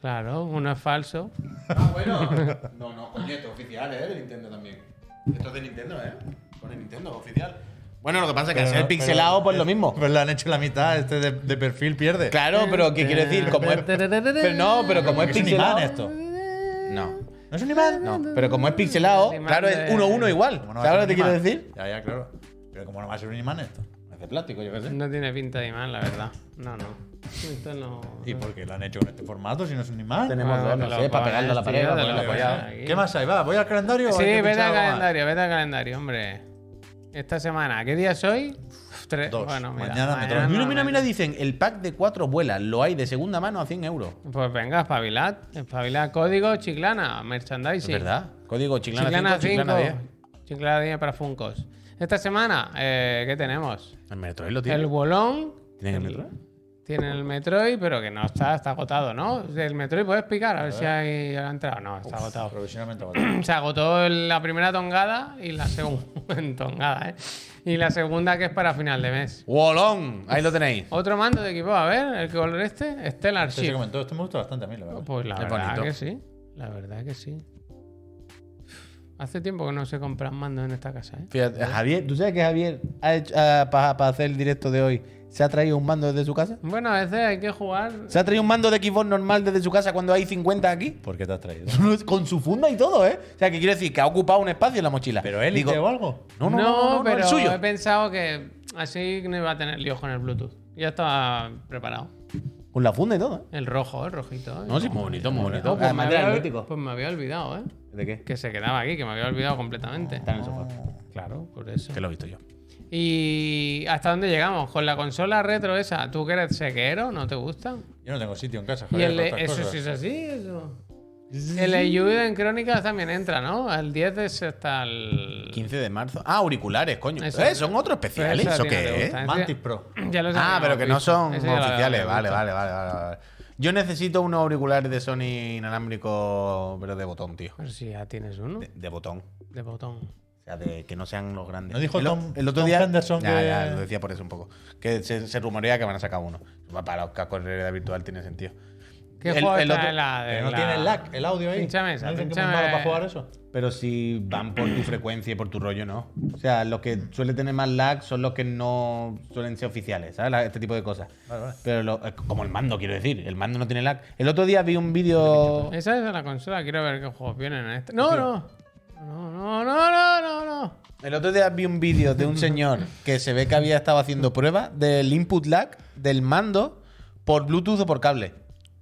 S2: Claro, uno es falso.
S4: Ah, bueno. No, no, coño, esto es oficial, ¿eh? De Nintendo también. Esto es de Nintendo, ¿eh? Con el Nintendo, es oficial. Bueno, lo que pasa es que al
S3: Pero
S4: ser
S3: no, pero-
S4: pixelado, pues lo mismo.
S3: Pues le han hecho la mitad, este de, de perfil pierde.
S4: Claro, pero ¿qué quiero decir? Como es... Pero no, pero como es
S3: es un imán
S4: pixelado... Mm.
S3: esto.
S4: No.
S3: ¿No es un imán?
S4: No, pero como es pixelado,
S2: El imán
S4: claro,
S2: de-
S4: es 1-1 igual.
S3: Como no va a
S4: ¿Sabes lo que
S3: ser
S4: te
S3: un
S4: quiero decir?
S3: imán. Ya, ya, claro. Pero como no va a ser un imán esto.
S4: Es de plástico, yo qué sé.
S2: No tiene pinta de imán, la verdad. No, no. Esto no. Ah,
S3: ¿Y por qué lo han hecho con este formato si no es un imán?
S4: Tenemos dos, no sé, para pegarlo a la pared, para ponerlo
S3: Vale, vale.
S4: apoyado. Este
S2: aquí.
S3: ¿Qué más hay? Va, voy al calendario. o
S2: Sí,
S3: hay que
S2: vete
S3: pinchar
S2: al
S3: algo más?
S2: calendario, vete al calendario, hombre. Esta semana, ¿qué día es hoy? Uf, Tres.
S3: Dos.
S2: Bueno, mira,
S3: Mañana me toca.
S4: Mira, mira, mira, dicen, el pack de cuatro vuelas, lo hay de segunda mano a 100 euros.
S2: Pues venga, espabilad. Espabilad código chiclana, merchandising.
S4: Es verdad. Código chiclana,
S2: Chiclana
S4: 5,
S2: 5,
S4: chiclana 10.
S2: chiclana 10 para Funcos. Esta semana, eh, ¿qué tenemos?
S4: El Metroid lo
S2: El bolón.
S4: ¿Tienen el Metroid?
S2: Tiene el Metroid, pero que no está, está agotado, ¿no? El Metroid puedes picar, a ver si hay ha entrado. No, está agotado.
S3: Provisionalmente vale.
S2: Se agotó en la primera tongada y la segunda tongada, ¿eh? Y la segunda que es para final de mes.
S4: Wolong, ahí lo tenéis.
S2: Otro mando de equipo, a ver, el color este, Stellar
S3: Este se
S2: Ship.
S3: comentó, esto me gusta bastante a mí, la verdad.
S2: Pues la
S4: Es
S2: verdad
S4: bonito.
S2: que sí, la verdad que sí. Hace tiempo que no se compran mandos en esta casa, ¿eh?
S4: Fíjate, Javier, ¿tú sabes que Javier ha hecho, ah, pa- para hacer el directo de hoy se ha traído un mando desde su casa?
S2: Bueno, a veces hay que jugar.
S4: ¿Se ha traído un mando de Xbox normal desde su casa cuando hay 50 aquí?
S3: ¿Por qué te has traído?
S4: Con su funda y todo, ¿eh? O sea, que quiero decir que ha ocupado un espacio en la mochila.
S3: ¿Pero él
S4: Digo,
S3: o algo?
S4: no, no, no, no, no,
S2: pero eh,
S4: el suyo.
S2: he pensado que así no iba a tener líos con el Bluetooth. Ya estaba preparado.
S4: Con la funda y todo, ¿eh? Ah,
S2: El rojo, el rojito. ¿eh?
S4: No, sí, muy bonito, muy bonito.
S2: pues, me
S4: Además, era
S2: había,
S4: atlético.
S2: pues me había olvidado, ¿eh?
S4: ¿De qué?
S2: Que se quedaba aquí, que me había olvidado completamente.
S4: Está en el sofá.
S2: Claro, por eso.
S4: Que lo he visto yo.
S2: ¿Y hasta dónde llegamos? Con la consola retro esa, ¿tú que eres sequero? ¿No te gusta?
S3: Yo no tengo sitio en casa,
S2: Y
S3: Javier.
S2: el,
S3: para estas
S2: eso
S3: cosas.
S2: sí es así, eso. El Ayuda en Crónicas también entra, ¿no? Al 10 es hasta el.
S4: 15 de marzo. Ah, auriculares, coño.
S2: Eso.
S4: Eh, son otros especiales.
S2: Pero
S4: ¿Eso
S2: eso a ti no te
S4: qué es?
S2: gusta, ¿eh?
S3: Mantis Pro.
S2: Ya los
S4: Ah,
S2: habíamos
S4: pero que no
S2: visto.
S4: son
S2: Ese ya lo
S4: oficiales.
S2: habíamos
S4: Vale,
S2: visto.
S4: vale, vale, vale, vale. Yo necesito unos auriculares de Sony inalámbrico, pero de botón, tío.
S2: Pero si ya tienes uno,
S4: De, de botón.
S2: de botón.
S4: O sea, de, que no sean los grandes.
S3: ¿No dijo
S4: el, o-
S3: Tom-
S4: el otro
S3: Tom
S4: día.
S3: Henderson
S4: ya,
S3: que-
S4: ya, lo decía por eso un poco. Que se, se rumorea que van a sacar uno. Para los cascos de realidad virtual tiene sentido.
S2: ¿Qué
S4: El-
S2: juego
S4: el
S2: está
S4: otro-
S2: en la de
S3: Pero no
S2: la-
S3: tiene el lag, el audio ahí.
S2: Pínchame esa,
S3: ¿No dicen que es muy
S2: pínchame.
S3: malo para jugar eso?
S4: Pero si van por tu frecuencia y por tu rollo, no. O sea, los que suelen tener más lag son los que no suelen ser oficiales, ¿sabes? La- Este tipo de cosas.
S3: Vale, vale.
S4: Pero lo- eh, como el mando, quiero decir. El mando no tiene lag. El otro día vi un vídeo.
S2: Esa es la consola, quiero ver qué juegos vienen en esta. No, no. No, no, no, no, no, no.
S4: El otro día vi un vídeo de un señor que se ve que había estado haciendo pruebas del input lag del mando por Bluetooth o por cable.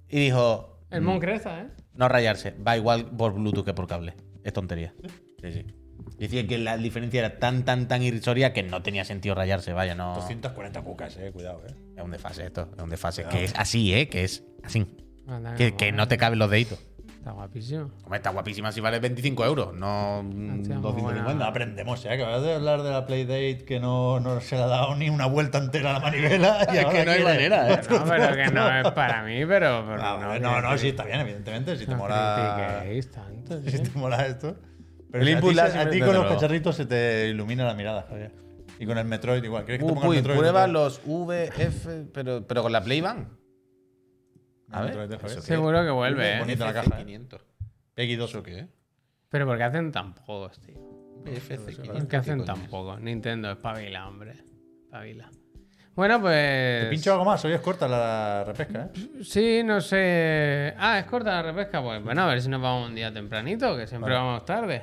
S4: Y dijo,
S3: Mm.
S2: El Mon Cresta, ¿eh?
S4: no rayarse, va igual por Bluetooth que por cable. Es tontería. Sí, sí. Decía que la diferencia era tan, tan, tan irrisoria que no tenía sentido rayarse, vaya, no.
S3: Pues 240 cucas, eh, cuidado, eh.
S4: Es un desfase esto, es un desfase. Que es así, ¿eh? Que es así.
S2: Anda,
S7: Que, que
S2: mola.
S7: no te caben los deditos.
S2: Está guapísimo.
S7: Hombre, está guapísima si vale 25 euros, no mm,
S2: Hostia, muy
S7: 250.
S2: buena.
S3: Bueno, aprendemos, ¿eh? Que acabas de hablar de la Playdate que no, no se le ha dado ni una vuelta entera a la manivela. Y
S7: Es
S3: ahora
S7: que no hay
S3: quiere-
S7: manera, ¿eh?
S2: No, pero que no es para mí, pero. pero
S3: Ah, bueno, no, no, sí, está bien, evidentemente.
S7: Ah,
S3: Si te Este-
S2: no
S3: mola,
S2: critiquéis tanto,
S3: si
S2: sí.
S3: te mola esto. Pero
S7: El
S3: si a
S7: input
S3: ti se-
S7: lag
S3: a
S7: siempre-
S3: ti
S7: desde
S3: con los
S7: luego.
S3: cacharritos se te ilumina la mirada, Javier. Y con el Metroid igual. ¿Quieres que te ponga
S7: Uy,
S3: el Metroid?
S7: prueba
S3: Metroid?
S7: los VF, pero, pero con la Playban. A
S3: El
S7: ver,
S3: Metroid de Javier.
S7: eso
S2: Seguro que
S3: Muy
S2: vuelve, ¿eh?
S3: bonito. Bonita la caja, ¿eh?
S7: 500.
S3: Peggy 2 o
S7: ¿eh?
S3: qué?
S2: Pero ¿por qué hacen tan pocos, tío?
S7: VF,
S2: ¿Por
S3: este
S2: qué hacen tan pocos? Nintendo, espabila, hombre. Espabila. Bueno, pues.
S3: Te pincho algo más, hoy es corta la repesca, ¿eh?
S2: Sí, no sé. Ah, es corta la repesca. Pues bueno, a ver si nos vamos un día tempranito, que siempre vamos tarde.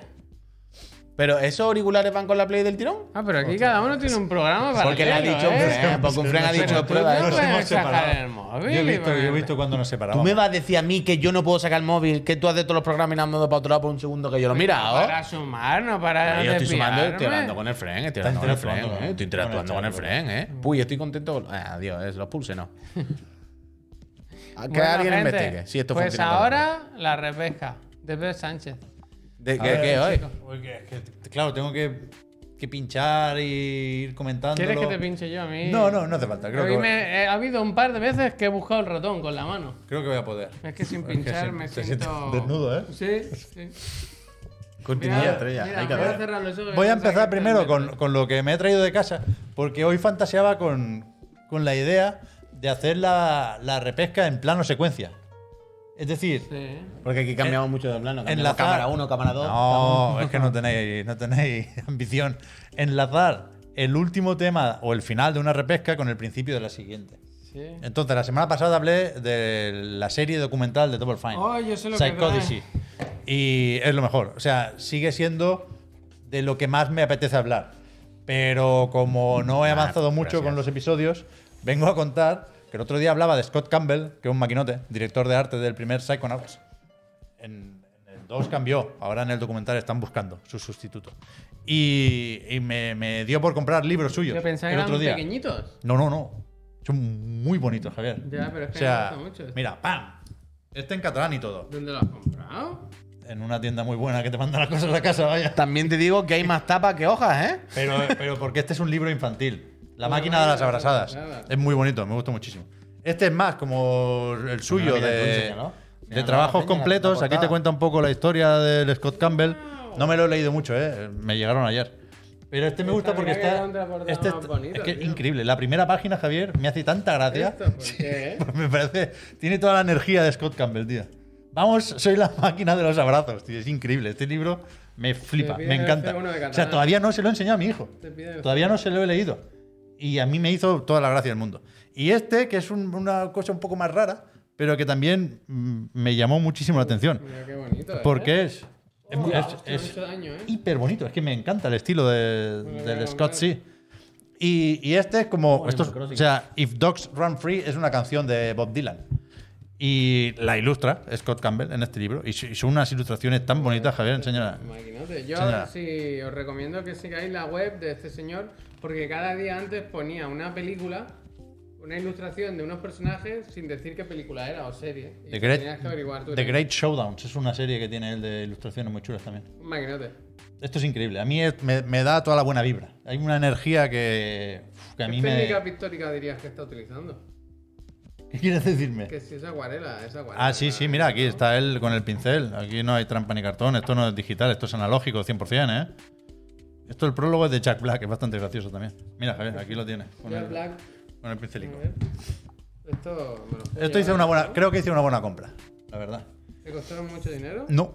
S4: Pero esos auriculares van con la Play del tirón.
S2: Ah, pero aquí cada uno tiene un programa para
S4: Porque le ha dicho un
S2: ¿eh?
S4: friend, porque un friend ha
S2: Pero
S4: dicho
S2: tú
S4: prueba.
S7: ¿eh?
S4: esto".
S2: no puedes
S7: Pues
S3: hemos
S2: sacar
S3: separado.
S2: el móvil,
S3: Yo he visto, yo he
S2: Iván.
S3: visto cuando nos
S4: Tú
S3: separábamos.
S4: me vas a decir a mí que yo no puedo sacar el móvil, que tú haces todos los programas y no me para otro lado por un segundo que yo lo mira,
S2: Para sumar, no para.
S7: Yo estoy sumando, estoy
S2: desviarme.
S7: hablando con el friend, estoy hablando con el
S3: interactuando,
S7: friend,
S3: ¿no?
S7: ¿eh? estoy interactuando con
S3: Con
S7: el
S3: el
S7: friend, ¿eh? Uy, estoy contento. Ah, adiós, es los pulse no. A Ah, que
S2: Bueno,
S7: alguien
S2: gente,
S7: investigue. Sí, esto
S2: Pues
S7: funciona con
S2: ahora la repesca de Pedro Sánchez.
S7: ¿De
S3: A ver,
S7: qué, qué hoy?
S2: chicos.
S3: Porque es que, t- claro, tengo que, que pinchar y ir comentando.
S2: ¿Quieres que te pinche yo a mí?
S3: No, no, no hace falta. Creo
S2: A
S3: que,
S2: mí me- eh, ha habido un par de veces que he buscado el ratón con la mano.
S3: creo que voy a poder.
S2: Es que sin
S3: Es que
S2: pinchar
S3: sí,
S2: me
S3: te
S2: siento.
S3: sientes desnudo, ¿eh?
S2: Sí, sí.
S7: Continúa,
S2: Mira,
S7: estrella.
S2: mira,
S7: Hay que
S2: voy a
S7: ver.
S2: cerrar los ojos.
S3: Voy a
S2: Pensaba
S3: empezar
S2: que
S3: primero
S2: te-
S3: con, con lo que me he traído de casa, porque hoy fantaseaba con, con la idea de hacer la, la repesca en plano secuencia. Es decir,
S2: Sí.
S7: Porque aquí cambiamos mucho de plano.
S3: en
S7: cambiamos
S3: la
S7: cámara 1, cámara 2.
S3: No, es que no tenéis, no tenéis ambición. Enlazar el último tema o el final de una repesca con el principio de la siguiente.
S2: Sí.
S3: Entonces, la semana pasada hablé de la serie documental de Double Fine.
S2: Oh, yo sé lo que
S3: Psychodicy. Y es lo mejor. O sea, sigue siendo de lo que más me apetece hablar. Pero como no he
S7: Ah,
S3: avanzado mucho
S7: gracias.
S3: con los episodios, vengo a contar que el otro día hablaba de Scott Campbell, que es un maquinote, director de arte del primer Psychonauts. En, en el 2 cambió, ahora en el documental están buscando su sustituto. Y, y me, me dio por comprar libros suyos.
S2: Yo pensaba que
S3: el
S2: eran
S3: otro día.
S2: pequeñitos.
S3: No, no, no. Son muy bonitos, Javier.
S2: Ya, pero es que
S3: o sea,
S2: me gustan mucho.
S3: Mira, ¡pam! Este en catalán y todo.
S2: ¿Dónde lo has comprado?
S3: En una tienda muy buena que te manda las cosas a la casa, vaya.
S4: También te digo que hay más tapas que hojas, ¿eh?
S3: Pero, pero porque este es un libro infantil. La
S2: Bueno,
S3: máquina de las
S2: bueno,
S3: abrazadas.
S2: abrazadas.
S3: Es muy bonito, me gustó muchísimo. Este es más como el suyo
S7: mira, tú
S3: de,
S7: enséñalo.
S3: de
S7: Mira,
S3: trabajos
S7: la peña,
S3: completos.
S7: la
S3: Aquí te
S7: portada.
S3: cuenta un poco la historia del Scott Campbell. No me lo he leído mucho, eh. Me llegaron ayer. Pero este me gusta
S2: Esta
S3: porque
S2: mira que
S3: está.
S2: era otra portada
S3: Este
S2: más
S3: es-
S2: bonita,
S3: es que es
S2: tío.
S3: increíble. La primera página, Javier, me hace tanta gracia.
S2: ¿Esto? ¿Por qué?
S3: Me parece. Tiene toda la energía de Scott Campbell, tío. Vamos, soy la máquina de los abrazos, tío. Es increíble. Este libro me flipa,
S2: pide
S3: me
S2: el
S3: encanta.
S2: C1 de
S3: O sea,
S2: catalán.
S3: todavía no se lo he enseñado a mi hijo.
S2: Te pide el
S3: Todavía no se lo he leído. Y a mí me hizo toda la gracia del mundo. Y este, que es un- una cosa un poco más rara, pero que también mm, me llamó muchísimo la atención.
S2: Mira qué bonito. ¿eh?
S3: Porque es. es-
S2: Hostia,
S3: es-
S2: hostia,
S3: es,
S2: mucho daño, ¿eh?
S3: hiper bonito. Es que me encanta el estilo de,
S2: Bueno,
S3: del
S2: bueno,
S3: Scott,
S2: claro.
S3: sí. Y, y este es como. esto es- o sea, If Dogs Run Free es una canción de Bob Dylan. Y la ilustra Scott Campbell en este libro. Y, su- y son unas ilustraciones tan bonitas, Javier, enseñala.
S2: Maquinote. Yo
S3: Señora.
S2: sí os recomiendo que sigáis la web de este señor porque cada día antes ponía una película, una ilustración de unos personajes sin decir qué película era o serie. Y
S3: The Great,
S2: tenías que averiguar tú.
S3: The
S2: ¿no?
S3: Great Showdowns es una serie que tiene él de ilustraciones muy chulas también.
S2: Un maquinote.
S3: Esto es increíble. A mí es- me, me da toda la buena vibra. Hay una energía que, uf, que a
S2: ¿Qué
S3: mí
S2: técnica
S3: me.
S2: pictórica dirías que está utilizando?
S3: ¿Qué quieres decirme?
S2: Que si es acuarela, es acuarela.
S3: Ah, sí, sí, mira, aquí está él con el pincel. Aquí no hay trampa ni cartón, esto no es digital, esto es analógico, 100%, ¿eh? Esto el prólogo es de Jack Black, es bastante gracioso también. Mira, Javier, aquí lo tienes, con,
S2: Jack
S3: el,
S2: Black.
S3: con el pincelico.
S2: A ver. Esto me lo puedo
S3: Esto hice
S2: llevar.
S3: una buena, creo que hice una buena compra, la verdad.
S2: ¿Te costaron mucho dinero?
S3: No.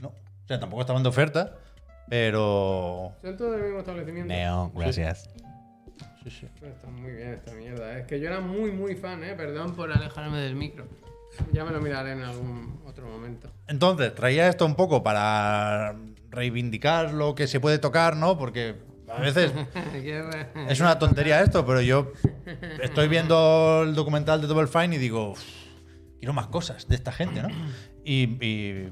S3: No. O sea, tampoco estaban de oferta, pero...
S2: Son todos del mismo establecimiento.
S7: Neo, gracias.
S3: Sí, sí.
S2: Bueno, Está muy bien esta mierda. ¿eh? Es que yo era muy, muy fan, ¿eh? Perdón por alejarme del micro. Ya me lo miraré en algún otro momento.
S3: Entonces, traía esto un poco para reivindicar lo que se puede tocar, ¿no? Porque a veces
S2: es
S3: Es una tontería esto, pero yo estoy viendo el documental de Double Fine y digo, "Uf, quiero más cosas de esta gente, ¿no? Y, y-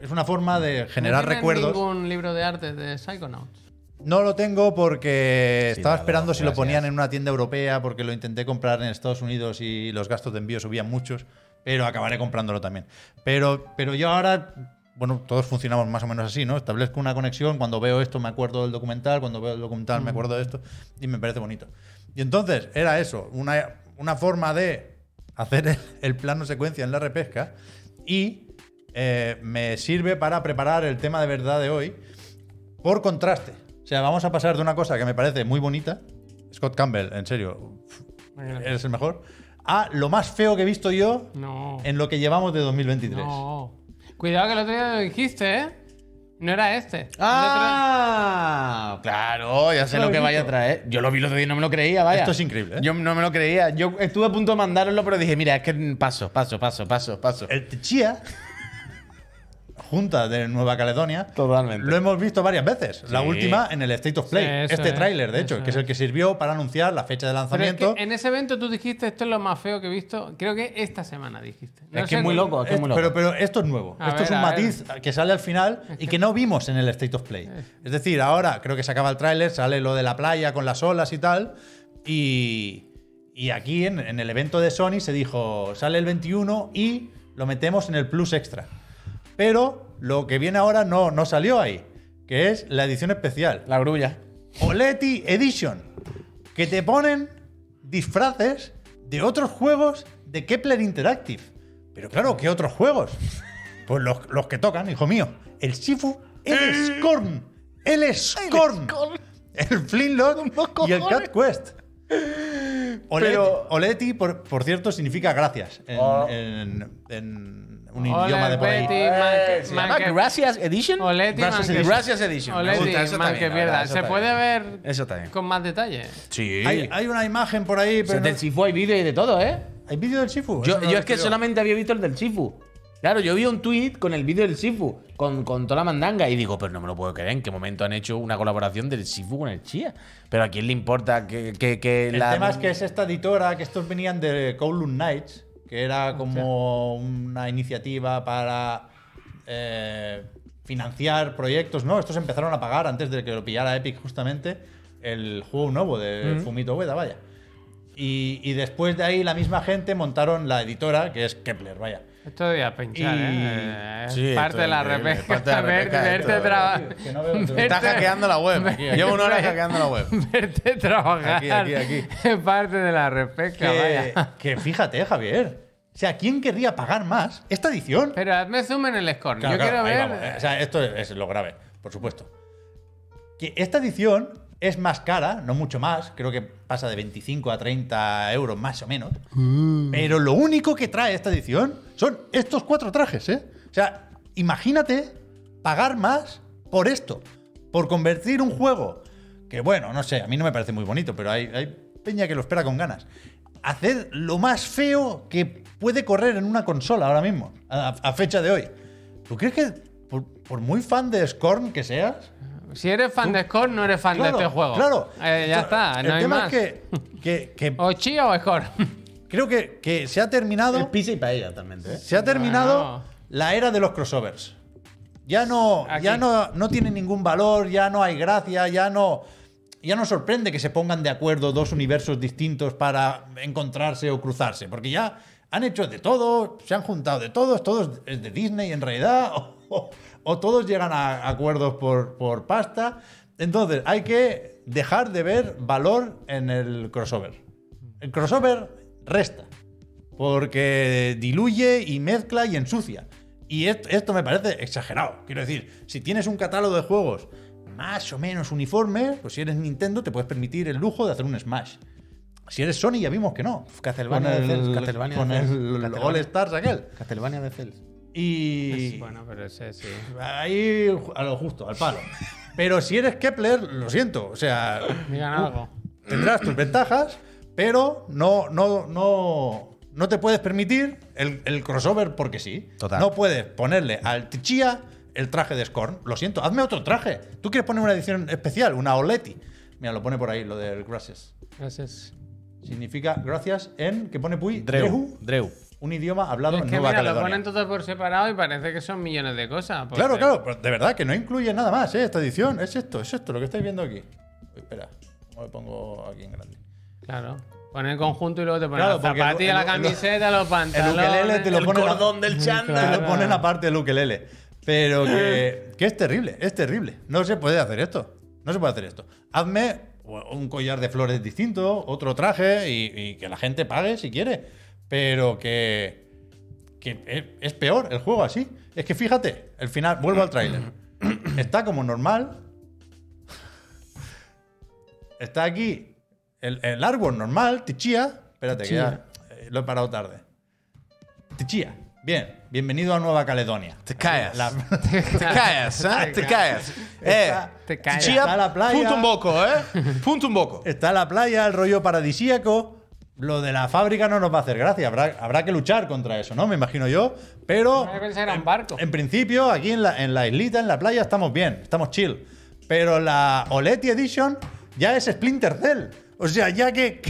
S3: es una forma de generar recuerdos.
S2: ningún libro de arte de Psychonauts?
S3: No lo tengo porque
S7: Sí,
S3: estaba
S7: dado,
S3: esperando si lo
S7: gracias.
S3: ponían en una tienda europea, porque lo intenté comprar en Estados Unidos y los gastos de envío subían muchos, pero acabaré comprándolo también. Pero, pero yo ahora, bueno, todos funcionamos más o menos así, ¿no? Establezco una conexión, cuando veo esto me acuerdo del documental, cuando veo el documental
S7: Mm.
S3: me acuerdo de esto, y me parece bonito. Y entonces era eso, una, una forma de hacer el, el plano secuencia en la repesca y eh, me sirve para preparar el tema de verdad de hoy por contraste. O sea, vamos a pasar de una cosa que me parece muy bonita, Scott Campbell, en serio, eres el mejor, a lo más feo que he visto yo
S2: No.
S3: en lo que llevamos de 2023.
S2: No. Cuidado que el otro día lo dijiste, ¿eh? No era este.
S4: Ah, claro, ya sé
S2: Lo
S4: lo que
S2: he
S4: vaya a
S2: visto.
S4: traer. Yo lo vi los otro día y no me lo creía, vaya.
S3: Esto es increíble, ¿eh?
S4: Yo no me lo creía. Yo estuve a punto de mandároslo, pero dije, mira, es que paso, paso, paso, paso, paso.
S3: El Techía, Junta de Nueva Caledonia,
S4: Totalmente.
S3: lo hemos visto varias veces. La última en el State of Play,
S2: Sí, eso
S3: este
S2: es,
S3: tráiler, de hecho,
S2: eso
S3: que es el
S2: es.
S3: que sirvió para anunciar la fecha de
S2: Pero es
S3: lanzamiento.
S2: que en ese evento tú dijiste esto es lo más feo que he visto. Creo que esta semana dijiste. No
S4: es que
S2: sé
S4: es muy
S2: cu-
S4: loco, es que es muy
S3: Esto-
S4: loco.
S3: Pero, pero esto es nuevo.
S2: A
S3: esto es
S2: ver,
S3: un
S2: a ver.
S3: matiz que sale al final y que no vimos en el State of Play. Es decir, ahora creo que se acaba el tráiler, sale lo de la playa con las olas y tal. Y, y aquí en, en el evento de Sony se dijo, sale el 21 y lo metemos en el Plus Extra. Pero lo que viene ahora no, no salió ahí, que es la edición especial.
S4: La grulla.
S3: Oleti Edition, que te ponen disfraces de otros juegos de Kepler Interactive. Pero claro, ¿qué otros juegos? Pues los, los que tocan, hijo mío. El Sifu, el Scorn, el Scorn, el Flintlock y el Cat Quest. Oleti,
S4: Pero- Oh.
S3: Oleti, por, por cierto, significa gracias en, en- en un
S2: Ole,
S3: idioma de por ahí.
S2: Betty, man,
S3: Eh,
S2: que-
S4: Se
S2: man,
S4: llama
S2: que-
S4: Gracias Edition.
S2: Oleti, man,
S4: Gracias
S2: que-
S4: Edition. Gracias Edition.
S2: Oleti,
S4: Me gusta, eso
S2: man,
S4: está
S2: que
S4: bien, la verdad,
S2: pierda.
S4: eso
S2: Se
S4: está
S2: puede
S4: bien.
S2: ver
S4: Eso está bien.
S2: con más detalle.
S7: Sí.
S3: Hay, hay una imagen por ahí,
S4: O sea,
S3: pero
S4: Del
S3: no-
S4: Sifu hay vídeo y de todo, ¿eh?
S3: ¿Hay vídeo del Sifu?
S4: Yo,
S3: Eso no
S4: yo
S3: lo
S4: es que
S3: creo.
S4: solamente había visto el del Sifu. Claro, yo vi un tweet con el vídeo del Sifu, con, con toda la mandanga, y digo, pero no me lo puedo creer, ¿en qué momento han hecho una colaboración del Sifu con el Chia? Pero ¿a quién le importa que, que- que
S3: El
S4: la...
S3: tema es que es esta editora, que estos venían de Kowloon Knights, que era como una iniciativa para eh, financiar proyectos, ¿no? Estos empezaron a pagar antes de que lo pillara Epic justamente el juego nuevo
S7: Mm.
S3: de Fumito Ueda, vaya. Y, y después de ahí la misma gente montaron la editora, que es Kepler, vaya.
S2: Esto de a pinchar,
S3: Y-
S2: ¿eh? Es
S7: Sí, esto
S2: parte de
S7: es
S2: la
S7: increíble, es parte de la
S2: repesca. ver-
S7: repesca,
S2: Verte
S7: esto,
S2: trabajar.
S3: tío, que no veo el
S7: Ah. Está hackeando la web. Llevo una hora hackeando la web.
S2: Verte trabajar.
S7: Aquí, aquí, aquí.
S2: Es parte de la repesca,
S3: Que,
S2: vaya.
S3: que fíjate, Javier. O sea, ¿quién querría pagar más esta edición?
S2: Pero hazme zoom en el score.
S3: Claro,
S2: Yo
S3: claro, ahí
S2: quiero
S3: vamos.
S2: ver.
S3: Eh, O sea, esto es es lo grave, por supuesto. Que esta edición es más cara, no mucho más, creo que pasa de 25 a 30 euros más o menos. Pero lo único que trae esta edición son estos cuatro trajes, ¿eh? O sea, imagínate pagar más por esto, por convertir un juego que, bueno, no sé, a mí no me parece muy bonito, pero hay, hay peña que lo espera con ganas. Hacer lo más feo que puede correr en una consola ahora mismo, a, a fecha de hoy. ¿Tú crees que, por, por muy fan de Scorn que seas,
S2: Si eres fan de score, no eres fan
S3: Claro,
S2: de este juego.
S3: Claro.
S2: Eh, ya está,
S3: El
S2: no hay
S3: tema
S2: más. Oh.
S3: es que, que- que
S2: O Chia o score.
S3: creo que, que se ha terminado.
S4: pizza y paella, totalmente, ¿eh?
S3: Se ha terminado
S2: Bueno.
S3: la era de los crossovers. Ya no,
S2: Aquí.
S3: ya no, no tiene ningún valor, ya no hay gracia, ya no. Ya no sorprende que se pongan de acuerdo dos universos distintos para encontrarse o cruzarse, porque ya han hecho de todo, se han juntado de todos, todos es de Disney en realidad, o, o- o todos llegan a acuerdos por, por pasta. Entonces, hay que dejar de ver valor en el crossover. El crossover resta porque diluye y mezcla y ensucia. Y et- esto, me parece exagerado. Quiero decir, si tienes un catálogo de juegos más o menos uniforme, pues si eres Nintendo te puedes permitir el lujo de hacer un Smash. Si eres Sony ya vimos que no.
S4: Castlevania de
S3: con
S4: Cels,
S3: el,
S4: Castlevania
S3: con
S4: de Cels,
S3: el
S4: Castlevania.
S3: All Stars aquel.
S4: Castlevania de Cels.
S3: Y
S2: Bueno, pero ese sí.
S3: ahí a lo justo, al palo. Pero si eres Kepler, lo siento. O sea,
S2: Digan algo.
S3: tendrás tus ventajas, pero no, no, no, no te puedes permitir el, el crossover porque sí.
S7: Total.
S3: No puedes ponerle al Tichia el traje de Scorn. Lo siento, hazme otro traje. Tú quieres poner una edición especial, una Oleti. Mira, lo pone por ahí, lo del gracias.
S2: Gracias.
S3: Significa gracias en, que pone Puy,
S7: Dreu. Dreu.
S3: un idioma hablado
S2: Es
S3: en
S2: que
S3: Nueva
S2: mira, lo
S3: Caledonia.
S2: ponen todo por separado y parece que son millones de cosas. porque-
S3: Claro, claro, pero de verdad que no incluye nada más, ¿eh? Esta edición. Es esto, es esto lo que estáis viendo aquí. Uy, espera, ¿cómo lo pongo aquí en grande?
S2: Claro. Ponen el conjunto y luego te ponen
S3: Claro,
S2: los
S3: porque el-
S2: zapatillas, la
S3: el- el-
S2: camiseta, los
S3: El
S2: pantalones.
S3: ukelele te lo
S4: el
S3: pone Mm,
S4: cordón del chándal.
S3: Te lo ponen aparte del ukelele. Pero que, que es terrible, es terrible. No se puede hacer esto. No se puede hacer esto. Hazme un collar de flores distinto, otro traje y, y que la gente pague si quiere. Pero que, que es, es peor el juego así. Es que fíjate, el final, vuelvo al tráiler. Está como normal. Está aquí el, el árbol normal, Tichía. Espérate, que ya eh, lo he parado tarde. Tichía. Bien, bienvenido a Nueva Caledonia.
S8: Te callas.
S3: La-
S8: Te callas, ¿eh? Te callas. Eh,
S2: Te callas.
S8: Chia,
S3: Está la playa.
S8: punto un poco, ¿eh? Punto un poco.
S3: Está la playa, el rollo paradisíaco. Lo de la fábrica no nos va a hacer gracia. Habrá, habrá que luchar contra eso, ¿no? Me imagino yo. Pero.
S2: Yo pensé que era un barco.
S3: En principio, aquí en la, en la islita, en la playa, estamos bien, estamos chill. Pero la Oleti Edition ya es Splinter Cell. O sea, ya que.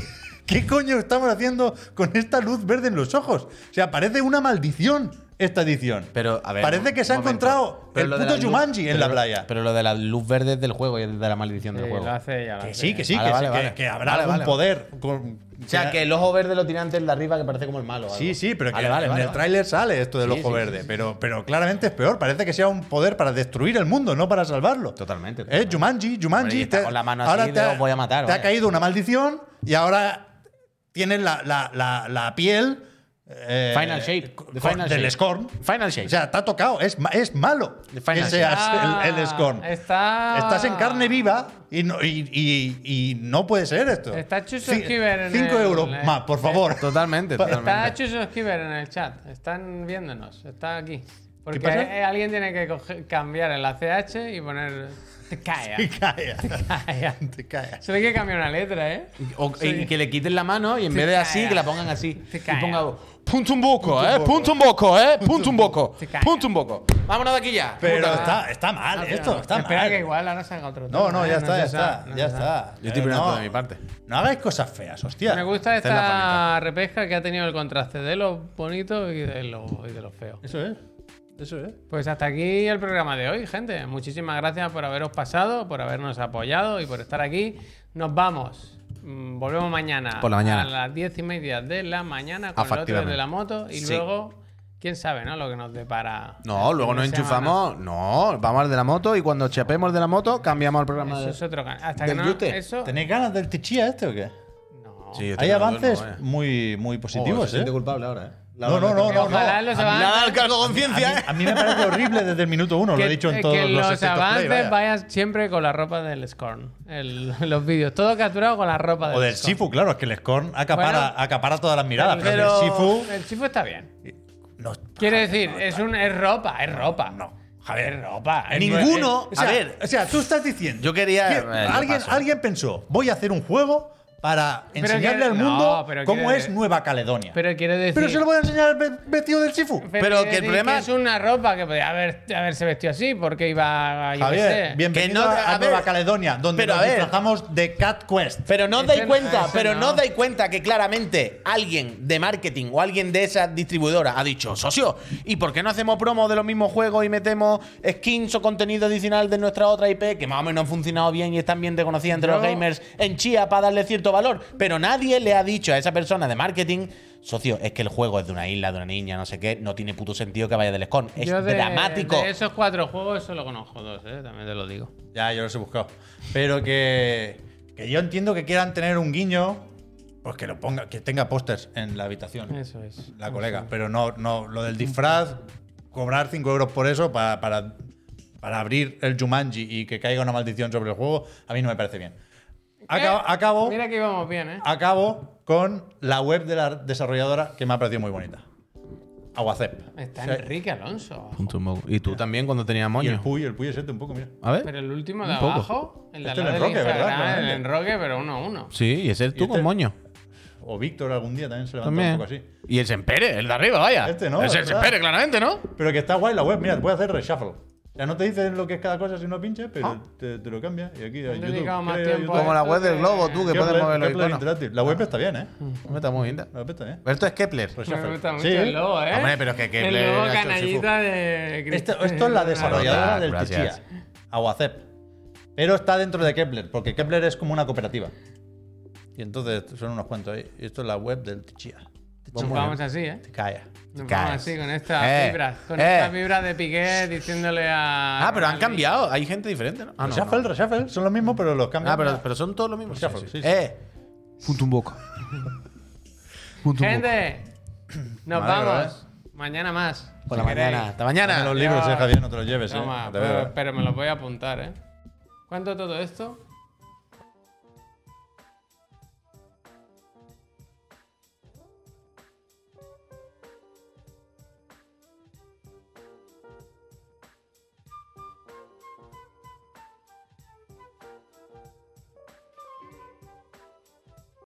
S3: ¿Qué coño estamos haciendo con esta luz verde en los ojos? O sea, parece una maldición esta edición.
S4: Pero, a ver,
S3: Parece que se ha
S4: un momento.
S3: encontrado
S4: Pero
S3: el
S4: lo de
S3: puto
S4: la luz-
S3: Jumanji en la
S4: pero-
S3: playa.
S4: Pero lo de la luz verde es del juego y es de la maldición
S2: Sí,
S4: del juego.
S2: lo hace ella. lo
S3: Que
S2: hace
S3: sí,
S2: ella.
S3: que sí,
S4: Vale,
S3: que,
S4: vale,
S3: que-
S4: vale.
S3: que habrá
S4: Vale,
S3: algún
S4: vale.
S3: poder. con-
S4: O sea, que el ojo verde lo tira antes el de arriba, que parece como el malo. o
S3: Sí,
S4: algo.
S3: sí, pero que
S4: Vale, vale,
S3: en
S4: vale,
S3: el
S4: vale.
S3: tráiler sale esto del
S4: Sí,
S3: ojo
S4: sí,
S3: verde,
S4: sí, sí.
S3: Pero, pero claramente es peor. Parece que sea un poder para destruir el mundo, no para salvarlo.
S7: Totalmente,
S3: Eh,
S7: totalmente.
S3: Jumanji,
S4: Hombre, y
S3: Jumanji.
S4: está con la mano así,
S3: te ha-
S4: los voy a matar,
S3: Te ha
S4: vaya.
S3: caído una maldición y ahora tienes la, la- la- la piel. eh,
S4: Final shape,
S3: co-
S4: the final
S3: del
S4: shape.
S3: Scorn.
S4: Final shape.
S3: O sea, te ha tocado. Es, ma- es malo
S4: The final
S3: que seas
S2: shape.
S3: el, el Scorn.
S2: Ah, está-
S3: Estás en carne viva y no, y, y- y no puede ser esto.
S2: Está Chuso
S3: Ci-
S2: Esquivel en
S3: Cinco
S2: el-
S3: euros más, por favor.
S8: Totalmente,
S2: Está
S8: totalmente.
S2: Chuso Esquiver en el chat. Están viéndonos. Está aquí. Porque
S3: pasa?
S2: eh, alguien tiene que coger- cambiar el ACH y poner. Te calla.
S3: Te callas.
S2: calla.
S3: Te callas.
S2: Solo hay que cambiar una letra, ¿eh?
S4: O- y que le quiten la mano y en vez de así,
S2: callas.
S4: que la pongan así.
S2: Te
S4: y
S2: callas.
S4: ponga-
S8: Punto un poco, ¿eh? Punto un poco, ¿eh? Punto un poco.
S2: Te callas.
S8: Punto un poco.
S4: Vámonos de aquí ya.
S3: Pero
S4: Puta.
S3: está, está mal
S2: Ah,
S3: esto, está
S2: Espera
S3: mal.
S2: que igual ahora salga otro.
S3: No,
S2: tema,
S3: no,
S2: ¿eh?
S3: ya está,
S2: se
S3: ya
S2: sabe,
S3: está,
S2: no
S3: ya
S2: se
S3: está.
S8: Yo estoy poniendo
S3: No,
S8: de mi parte.
S3: No hagáis cosas feas, hostia.
S2: sabe. Me gusta
S8: Esta es la
S2: esta repesca que ha tenido el contraste de los bonitos y de los, y de los feos.
S3: Eso es. Eso es.
S2: Pues hasta aquí el programa de hoy, gente. Muchísimas gracias por haberos pasado, por habernos apoyado y por estar aquí. Nos vamos. Mm, Volvemos mañana.
S8: Por la mañana.
S2: A las diez y media de la mañana con el otro
S8: Efectivamente.
S2: de la moto. Y
S8: Sí.
S2: luego, quién sabe, ¿no? Lo que nos depara.
S8: No,
S2: el
S8: luego
S2: fin
S8: nos
S2: de semana.
S8: enchufamos. No, vamos al de la moto y cuando chapemos el de la moto cambiamos el programa
S2: Eso
S8: de...
S2: es otro can- Hasta que
S8: del
S2: no.
S8: yute.
S2: Eso.
S3: ¿Tenéis ganas del tichía este o qué?
S2: No.
S8: Sí, yo
S3: Hay
S8: tengo dos,
S3: avances
S8: no, eh. Oh, vaya.
S3: muy, muy
S4: Oh,
S3: positivos, ¿eh?
S4: culpable ahora, ¿eh? La
S3: No, no, no, no. no.
S2: Ojalá
S3: A, mí,
S2: los
S8: Nada
S2: avances.
S8: al cargo de conciencia, ¿eh?
S3: a mí me parece horrible desde el minuto uno, lo he dicho en todos
S2: que
S3: los,
S2: los,
S3: State of Play,
S2: avances
S3: vaya.
S2: vayan siempre con la ropa del Scorn. El- los vídeos. Todo capturado con la ropa del
S3: O del
S2: Scorn.
S3: Sifu, claro, es que el Scorn acapara,
S2: Bueno.
S3: acapara todas las miradas, pero,
S2: Pero
S3: el Sifu.
S2: el Sifu está bien.
S3: No,
S2: Quiero decir, es un es ropa, es ropa.
S3: no.
S2: Javier, es ropa. es nuevo.
S8: Ninguno...
S3: eh, O sea,
S8: A ver,
S3: o sea, tú estás diciendo.
S8: Yo quería-
S3: que
S8: eh, yo
S3: alguien,
S8: paso.
S3: alguien pensó, voy a hacer un juego para
S2: Pero
S3: enseñarle
S2: que-
S3: al
S2: no,
S3: mundo
S2: pero
S3: cómo
S2: quiere-
S3: es Nueva Caledonia. Pero,
S2: Pero quiero decir.
S3: se lo voy a enseñar al ve- vestido del Sifu.
S2: pero
S8: pero
S2: quiero
S8: que el
S2: decir
S8: problema-
S2: es una ropa que podía haber, haberse vestido así porque iba a. yo qué sé.
S3: Javier, bienvenido
S8: no-
S3: a,
S8: a ver.
S3: Nueva Caledonia, donde
S8: Pero a
S3: nos
S8: ver.
S3: disfrazamos de Cat Quest.
S4: Pero no os
S2: Ese
S4: dais
S2: no,
S4: cuenta,
S2: ese
S4: pero
S2: no.
S4: no os dais cuenta que claramente alguien de marketing o alguien de esas distribuidoras ha dicho, socio, ¿y por qué no hacemos promos de los mismos juegos y metemos skins o contenido adicional de nuestra otra IP que más o menos han funcionado bien y están bien reconocidas entre
S2: Yo-
S4: los gamers en Chía para darle cierto valor? Pero nadie le ha dicho a esa persona de marketing, socio, es que el juego es de una isla, de una niña, no sé qué, no tiene puto sentido que vaya del escon. Es
S2: Yo de-
S4: dramático.
S2: De esos cuatro juegos solo conozco dos, eh, también te lo digo.
S3: Ya, yo los he buscado. Pero que, que yo entiendo que quieran tener un guiño, pues que lo ponga, que tenga pósters en la habitación.
S2: Eso es.
S3: la colega. Pero no, no, lo del disfraz, cobrar 5 euros por eso para, para, para abrir el Jumanji y que caiga una maldición sobre el juego, a mí no me parece bien. Acabo,
S2: Eh,
S3: acabo,
S2: Mira que íbamos bien,
S3: Ah,
S2: ¿eh?
S3: acabo con la web de la desarrolladora que me ha parecido muy bonita. Aguacep.
S2: Está
S3: O sea,
S2: Enrique Alonso.
S7: Punto un poco. Y tú también cuando tenías
S3: Y el
S7: moño.
S3: Puy, el Puy es este un poco, mira.
S7: A
S4: ¿Eh?
S7: ver.
S2: Pero el último de
S7: Un poco.
S2: abajo, el de al
S3: Este
S2: lado
S3: es el
S2: del
S3: enroque, ¿verdad?
S2: Instagram, el
S3: Claramente.
S2: enroque, pero uno a uno.
S7: Sí, y ese es
S3: Y
S7: tú
S3: este-
S7: con moño.
S3: O Víctor algún día también se levantó un
S7: También.
S3: poco así.
S8: Y el Sempere, el de arriba, vaya.
S3: Este no,
S8: Es el
S3: ¿verdad?
S8: Sempere, claramente, ¿no?
S3: Pero que está guay la web, mira, te puede hacer reshuffle. O sea, no te dicen lo que es cada cosa si no pinches, pero te, te lo cambia. Y aquí hay
S2: Han
S3: YouTube.
S2: Ah. dedicado más
S3: ¿Qué hay a
S2: tiempo
S3: YouTube?
S4: Como la web del Globo, tú, que
S3: este, Kepler,
S4: puedes mover los
S3: Kepler
S4: iconos.
S3: Interactive. La web está bien, ¿eh?
S4: Hombre, Está Pues, muy linda.
S3: La web está bien.
S4: Pero esto es Kepler.
S2: Me gusta mucho
S3: Sí.
S2: el logo, ¿eh?
S4: Hombre, pero es que- que
S2: El
S4: le ha
S2: logo
S4: hecho el
S2: canallita de...
S3: Esto, esto es la desarrolladora
S4: Claro,
S3: del
S4: gracias.
S3: Tichía, Aguacep. Pero está dentro de Kepler, porque Kepler es como una cooperativa. Y entonces son unos cuantos ahí. Y esto es la web del Tichía.
S2: Nos vamos así, ¿eh?
S3: Te calla.
S2: Nos vamos
S4: caes.
S2: así, con estas
S4: Eh,
S2: vibras. Con
S4: eh.
S2: estas vibras de Piqué diciéndole a...
S4: Ah, pero han
S2: Ronaldinho.
S4: cambiado. Hay gente diferente, ¿no? Ah, no,
S3: reshuffle,
S4: no.
S3: reshuffle, son los mismos, pero los cambian.
S4: Ah, pero, pero son todos los mismos.
S3: Shuffle, Pues sí, sí.
S4: Eh. Punto un boca. Punto
S2: Gente, nos
S4: Madre,
S2: vamos. Mañana más.
S9: Por la
S2: si queréis.
S9: mañana. Hasta mañana.
S3: Dame los libros, eh, Javier, no te los lleves, eh.
S2: Toma,
S3: No te
S2: pero,
S3: veo.
S2: pero me los voy a apuntar, ¿eh? ¿Cuánto todo esto?